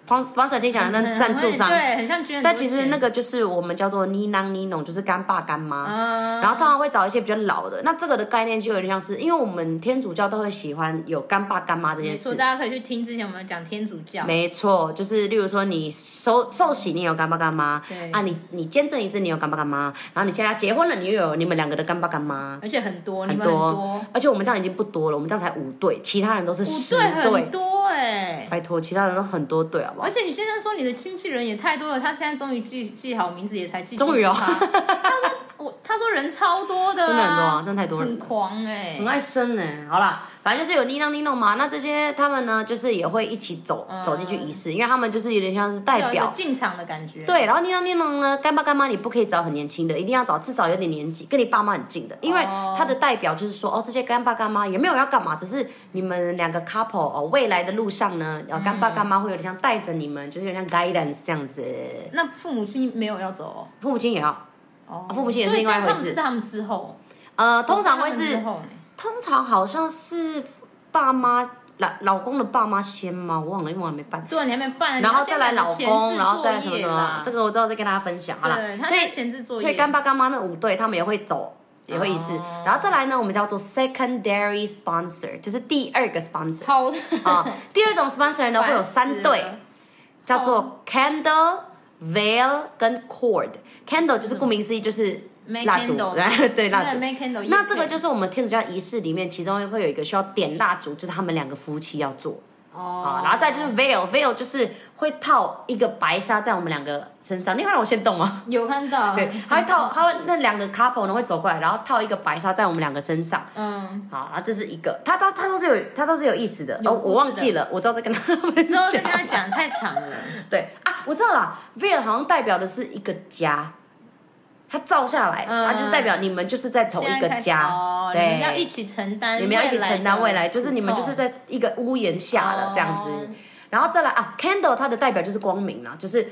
[SPEAKER 1] sponsor 听起来那
[SPEAKER 2] 很
[SPEAKER 1] 赞助商，
[SPEAKER 2] 对，很像捐很多钱。
[SPEAKER 1] 但其实那个就是我们叫做妮囊妮农，就是干爸干妈。
[SPEAKER 2] 啊，
[SPEAKER 1] 然后通常会找一些比较老的，那这个的概念就有点像是，因为我们天主教都会喜欢有干爸干妈这件
[SPEAKER 2] 没
[SPEAKER 1] 事
[SPEAKER 2] 错，，大家可以去听之前我们讲天主教，
[SPEAKER 1] 没错，就是例如说你受受洗，你有干爸干妈
[SPEAKER 2] 对
[SPEAKER 1] 啊，你你见证一次，你有干爸干妈，然后你现在结婚了，你又有你们两个的干爸干妈，
[SPEAKER 2] 而且很多，你
[SPEAKER 1] 很
[SPEAKER 2] 们很
[SPEAKER 1] 多
[SPEAKER 2] 多，，
[SPEAKER 1] 而且我们这样已经不多了，我们这样才五对，其他人都是
[SPEAKER 2] 五
[SPEAKER 1] 十
[SPEAKER 2] 对
[SPEAKER 1] 对
[SPEAKER 2] 很，多哎。
[SPEAKER 1] 拜托，其他人都很多对，好不好
[SPEAKER 2] 而？且你先生说你的亲戚人也太多了，他现在终于记记好名字，也才记
[SPEAKER 1] 终于哦
[SPEAKER 2] 78他说我他说人超多的、啊，
[SPEAKER 1] 真的很多啊，真的太多人了
[SPEAKER 2] 很。狂哎、
[SPEAKER 1] 很爱生呢、欸好啦，反正就是有妮娜妮弄嘛。那这些他们呢，就是也会一起走、
[SPEAKER 2] 嗯
[SPEAKER 1] 走进去仪式，因为他们就是有点像是代
[SPEAKER 2] 有一
[SPEAKER 1] 表
[SPEAKER 2] 个进场的感觉。，
[SPEAKER 1] 对，然后你让你弄呢，干爸干妈你不可以找很年轻的，一定要找至少有点年纪，跟你爸妈很近的，因为
[SPEAKER 2] 哦
[SPEAKER 1] 他的代表就是说，哦，这些干爸干妈也没有要干嘛，只是你们两个 couple 哦，未来的路上呢，
[SPEAKER 2] 嗯
[SPEAKER 1] 然后干爸干妈会有点像带着你们，就是有点像 guidance 这样子，
[SPEAKER 2] 那父母亲没有要走
[SPEAKER 1] 父母亲也要，
[SPEAKER 2] 哦，
[SPEAKER 1] 啊父母亲也是
[SPEAKER 2] 所以
[SPEAKER 1] 另外一回
[SPEAKER 2] 他们是
[SPEAKER 1] 事
[SPEAKER 2] 在他们之后，
[SPEAKER 1] 呃，通常会
[SPEAKER 2] 在他们
[SPEAKER 1] 是
[SPEAKER 2] 之，后呢
[SPEAKER 1] 通常好像是爸妈老老公的爸妈先吗？我忘了，因为我还没办。
[SPEAKER 2] 对，你还没办，
[SPEAKER 1] 然后
[SPEAKER 2] 你要
[SPEAKER 1] 再
[SPEAKER 2] 先
[SPEAKER 1] 来
[SPEAKER 2] 把
[SPEAKER 1] 老
[SPEAKER 2] 前置
[SPEAKER 1] 公，然后再来什
[SPEAKER 2] 作
[SPEAKER 1] 么
[SPEAKER 2] 业
[SPEAKER 1] 什么
[SPEAKER 2] 啦，
[SPEAKER 1] 这个我之后再跟大家分享好了
[SPEAKER 2] 对，。他
[SPEAKER 1] 所以
[SPEAKER 2] 在前置作业，
[SPEAKER 1] 所以干爸干妈那五队他们也会走，也会一次。
[SPEAKER 2] 哦
[SPEAKER 1] 然后再来呢，我们叫做 secondary sponsor，就是第二个 sponsor
[SPEAKER 2] 好的，
[SPEAKER 1] 啊、 第二种 sponsor 呢会有三队，
[SPEAKER 2] 烦死了哦
[SPEAKER 1] 叫做 candle、veil 跟 cord。candle 就是顾名思义就是
[SPEAKER 2] 哦，make
[SPEAKER 1] 蜡烛
[SPEAKER 2] candle，
[SPEAKER 1] 对蜡烛。
[SPEAKER 2] ，make candle，
[SPEAKER 1] 那这个
[SPEAKER 2] 也可以
[SPEAKER 1] 就是我们天主教仪式里面，其中会有一个需要点蜡烛，就是他们两个夫妻要做啊、
[SPEAKER 2] 哦，
[SPEAKER 1] 然后再就是 veil，veil 就是会套一个白纱在我们两个身上。你看到我先动哦吗？
[SPEAKER 2] 哦有看到，
[SPEAKER 1] 对，他会套，他会那两个 couple 呢会走过来，然后套一个白纱在我们两个身上。
[SPEAKER 2] 嗯。
[SPEAKER 1] 好，然后这是一个，他他他都是有，他都是有意思的。
[SPEAKER 2] 有
[SPEAKER 1] 哦，
[SPEAKER 2] 故
[SPEAKER 1] 我
[SPEAKER 2] 事
[SPEAKER 1] 忘记了，我知道在跟他们
[SPEAKER 2] 之后再
[SPEAKER 1] 讲
[SPEAKER 2] 跟。他讲太长了，
[SPEAKER 1] 对啊，我知道啦 v i l 好像代表的是一个家，它照下来，
[SPEAKER 2] 嗯
[SPEAKER 1] 它就是代表你们就是在同一
[SPEAKER 2] 现
[SPEAKER 1] 个
[SPEAKER 2] 在开始
[SPEAKER 1] 家，
[SPEAKER 2] 哦，你
[SPEAKER 1] 对
[SPEAKER 2] 们，要一起承担，
[SPEAKER 1] 你们要一起承担未来，
[SPEAKER 2] 的
[SPEAKER 1] 就是你们
[SPEAKER 2] 苦
[SPEAKER 1] 就
[SPEAKER 2] 痛
[SPEAKER 1] 是在一个屋檐下了这样子。
[SPEAKER 2] 哦
[SPEAKER 1] 然后再来啊，candle 它的代表就是光明啦，就是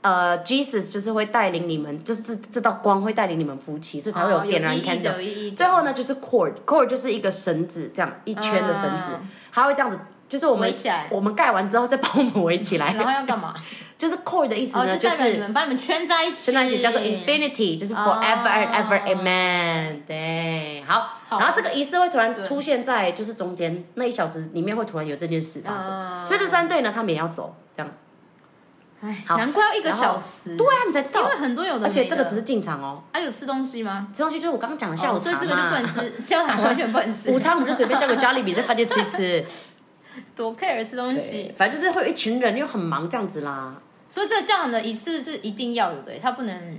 [SPEAKER 1] 呃，Jesus 就是会带领你们，就是这这道光会带领你们夫妻，所以才会有
[SPEAKER 2] 哦
[SPEAKER 1] 点燃
[SPEAKER 2] 意义的
[SPEAKER 1] candle。
[SPEAKER 2] 有意义的
[SPEAKER 1] 最后呢，就是 cord，cord 就是一个绳子，这样一圈的绳子
[SPEAKER 2] 嗯，
[SPEAKER 1] 它会这样子。就是我们
[SPEAKER 2] 围起来
[SPEAKER 1] 我们盖完之后再把我们围起来，
[SPEAKER 2] 然后要干嘛？
[SPEAKER 1] 就是 cord 的意思
[SPEAKER 2] 哦，
[SPEAKER 1] 呢，
[SPEAKER 2] 就代表
[SPEAKER 1] 是
[SPEAKER 2] 你们把你们圈在一起，
[SPEAKER 1] 圣诞节叫做 infinity，就是
[SPEAKER 2] 哦
[SPEAKER 1] forever and ever amen。对，好，
[SPEAKER 2] 好
[SPEAKER 1] 然后这个仪式会突然
[SPEAKER 2] 对
[SPEAKER 1] 出现在就是中间那一小时里面会突然有这件事发生，
[SPEAKER 2] 嗯
[SPEAKER 1] 所以这三队呢他们也要走，这样。
[SPEAKER 2] 哎，
[SPEAKER 1] 好
[SPEAKER 2] 难怪要一个小时，
[SPEAKER 1] 对，啊，你才知
[SPEAKER 2] 嗯因
[SPEAKER 1] 道
[SPEAKER 2] 为，很多有的没
[SPEAKER 1] 而
[SPEAKER 2] 的，
[SPEAKER 1] 且这个只是进场哦，
[SPEAKER 2] 啊有吃东西吗？
[SPEAKER 1] 吃东西就是我刚刚讲的下午
[SPEAKER 2] 哦所以
[SPEAKER 1] 茶
[SPEAKER 2] 这个就不能
[SPEAKER 1] 嘛。
[SPEAKER 2] 吃，教堂完全 不能吃
[SPEAKER 1] 午，餐我们就随便叫个 Jollibee 在饭店吃一吃，
[SPEAKER 2] 多 care 吃东
[SPEAKER 1] 对
[SPEAKER 2] 西，，
[SPEAKER 1] 反正就是会有一群人又很忙这样子啦。
[SPEAKER 2] 所以这个教堂的仪式是一定要有的，它不能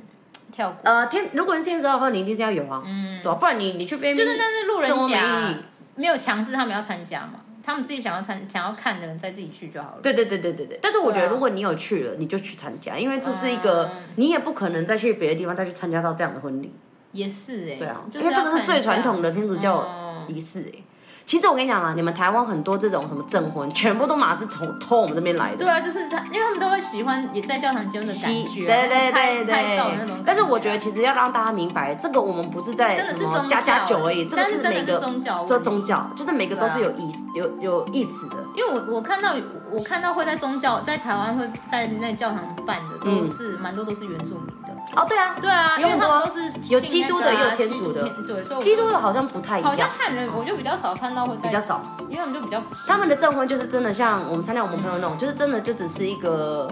[SPEAKER 2] 跳过，
[SPEAKER 1] 呃，天，如果是天主教的话，你一定是要有啊，对吧？不然你你去边
[SPEAKER 2] 嗯就是那是路
[SPEAKER 1] 这我
[SPEAKER 2] 人
[SPEAKER 1] 没
[SPEAKER 2] 甲
[SPEAKER 1] 意义，
[SPEAKER 2] 没有强制他们要参加嘛，他们自己想要参想要看的人再自己去就好了。
[SPEAKER 1] 对对对对对对，但是我觉
[SPEAKER 2] 对
[SPEAKER 1] 得
[SPEAKER 2] 啊嗯
[SPEAKER 1] 如果你有去了，你就去参加，因为这是一个、你也不可能再去别的地方再去参加到这样的婚礼，
[SPEAKER 2] 也是哎、
[SPEAKER 1] 对啊，
[SPEAKER 2] 就
[SPEAKER 1] 因为
[SPEAKER 2] 要
[SPEAKER 1] 这个是
[SPEAKER 2] 看
[SPEAKER 1] 最
[SPEAKER 2] 一下
[SPEAKER 1] 传统的天主教
[SPEAKER 2] 嗯
[SPEAKER 1] 仪式哎、其实我跟你讲啦，你们台湾很多这种什么证婚，全部都马是从偷我们这边来的
[SPEAKER 2] 对。啊，就是他，因为他们都会喜欢也在教堂结婚的感
[SPEAKER 1] 西
[SPEAKER 2] 觉，
[SPEAKER 1] 对
[SPEAKER 2] 啊
[SPEAKER 1] 对
[SPEAKER 2] 拍
[SPEAKER 1] 对
[SPEAKER 2] 拍照的那
[SPEAKER 1] 对
[SPEAKER 2] 种感觉。，啊
[SPEAKER 1] 但是我觉得其实要让大家明白，这个我们不是在
[SPEAKER 2] 真的是
[SPEAKER 1] 什
[SPEAKER 2] 宗
[SPEAKER 1] 么
[SPEAKER 2] 教
[SPEAKER 1] 加加酒而已，这个
[SPEAKER 2] 但是真的
[SPEAKER 1] 每
[SPEAKER 2] 是
[SPEAKER 1] 个
[SPEAKER 2] 宗教问
[SPEAKER 1] 这
[SPEAKER 2] 题啊
[SPEAKER 1] 宗教就是每个都是
[SPEAKER 2] 对
[SPEAKER 1] 有意思有有意思的，
[SPEAKER 2] 因为我我看到我看到会在宗教在台湾会在那教堂办的
[SPEAKER 1] 嗯
[SPEAKER 2] 都是蛮、多都是原住民的，
[SPEAKER 1] 哦对啊，
[SPEAKER 2] 对啊，因
[SPEAKER 1] 有
[SPEAKER 2] 为
[SPEAKER 1] 很
[SPEAKER 2] 他
[SPEAKER 1] 多啊
[SPEAKER 2] 们都是
[SPEAKER 1] 有
[SPEAKER 2] 信
[SPEAKER 1] 基督的
[SPEAKER 2] 那个啊
[SPEAKER 1] 也有天主的
[SPEAKER 2] 基督对，所以我
[SPEAKER 1] 基督的好像不太一
[SPEAKER 2] 好像
[SPEAKER 1] 样，
[SPEAKER 2] 汉人我就比较少看到会在，
[SPEAKER 1] 比较少。
[SPEAKER 2] 因为他们就比较不信
[SPEAKER 1] 他们的证婚就是真的像我们参加我们朋友那种，就是真的就只是一个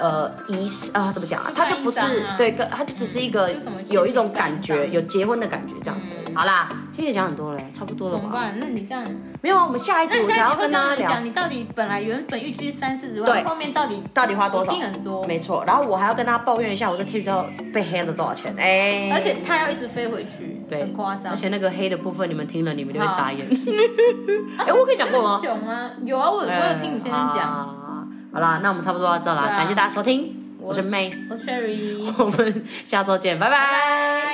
[SPEAKER 1] 呃仪式啊，怎么讲啊？
[SPEAKER 2] 就
[SPEAKER 1] 他
[SPEAKER 2] 看
[SPEAKER 1] 就不是
[SPEAKER 2] 一张啊
[SPEAKER 1] 对，跟他就只是一个
[SPEAKER 2] 就什么
[SPEAKER 1] 有一种感
[SPEAKER 2] 结
[SPEAKER 1] 觉，
[SPEAKER 2] 婚嗯
[SPEAKER 1] 有结婚的感觉这样子。好啦，今天也讲很多了，差不多了
[SPEAKER 2] 怎么
[SPEAKER 1] 吧？
[SPEAKER 2] 办？那你这样，
[SPEAKER 1] 没有啊，我们下一集
[SPEAKER 2] 那你
[SPEAKER 1] 我
[SPEAKER 2] 现
[SPEAKER 1] 想
[SPEAKER 2] 在
[SPEAKER 1] 要
[SPEAKER 2] 会
[SPEAKER 1] 跟
[SPEAKER 2] 跟我
[SPEAKER 1] 大家
[SPEAKER 2] 们
[SPEAKER 1] 聊
[SPEAKER 2] 讲，。你到底本来原本预计三四
[SPEAKER 1] 对
[SPEAKER 2] 十万，后面到底
[SPEAKER 1] 到底花多少
[SPEAKER 2] 一定很多，
[SPEAKER 1] 没错，然后我还要跟大家抱怨一下，我在 t i k t 被黑了多少钱？哎、
[SPEAKER 2] 而且他要一直飞回去，
[SPEAKER 1] 对，
[SPEAKER 2] 很夸张
[SPEAKER 1] 而。且那个黑的部分，你们听了你们就会
[SPEAKER 2] 好
[SPEAKER 1] 傻眼。哎、我可以讲过吗
[SPEAKER 2] 很？熊啊，有啊，我我有听你先生
[SPEAKER 1] 嗯
[SPEAKER 2] 讲。
[SPEAKER 1] 好好啦，那我们差不多到这啦，
[SPEAKER 2] 对啊
[SPEAKER 1] 感谢大家收听，我是 May，
[SPEAKER 2] 我是 Cherry，
[SPEAKER 1] 我们下周见，拜拜
[SPEAKER 2] 拜。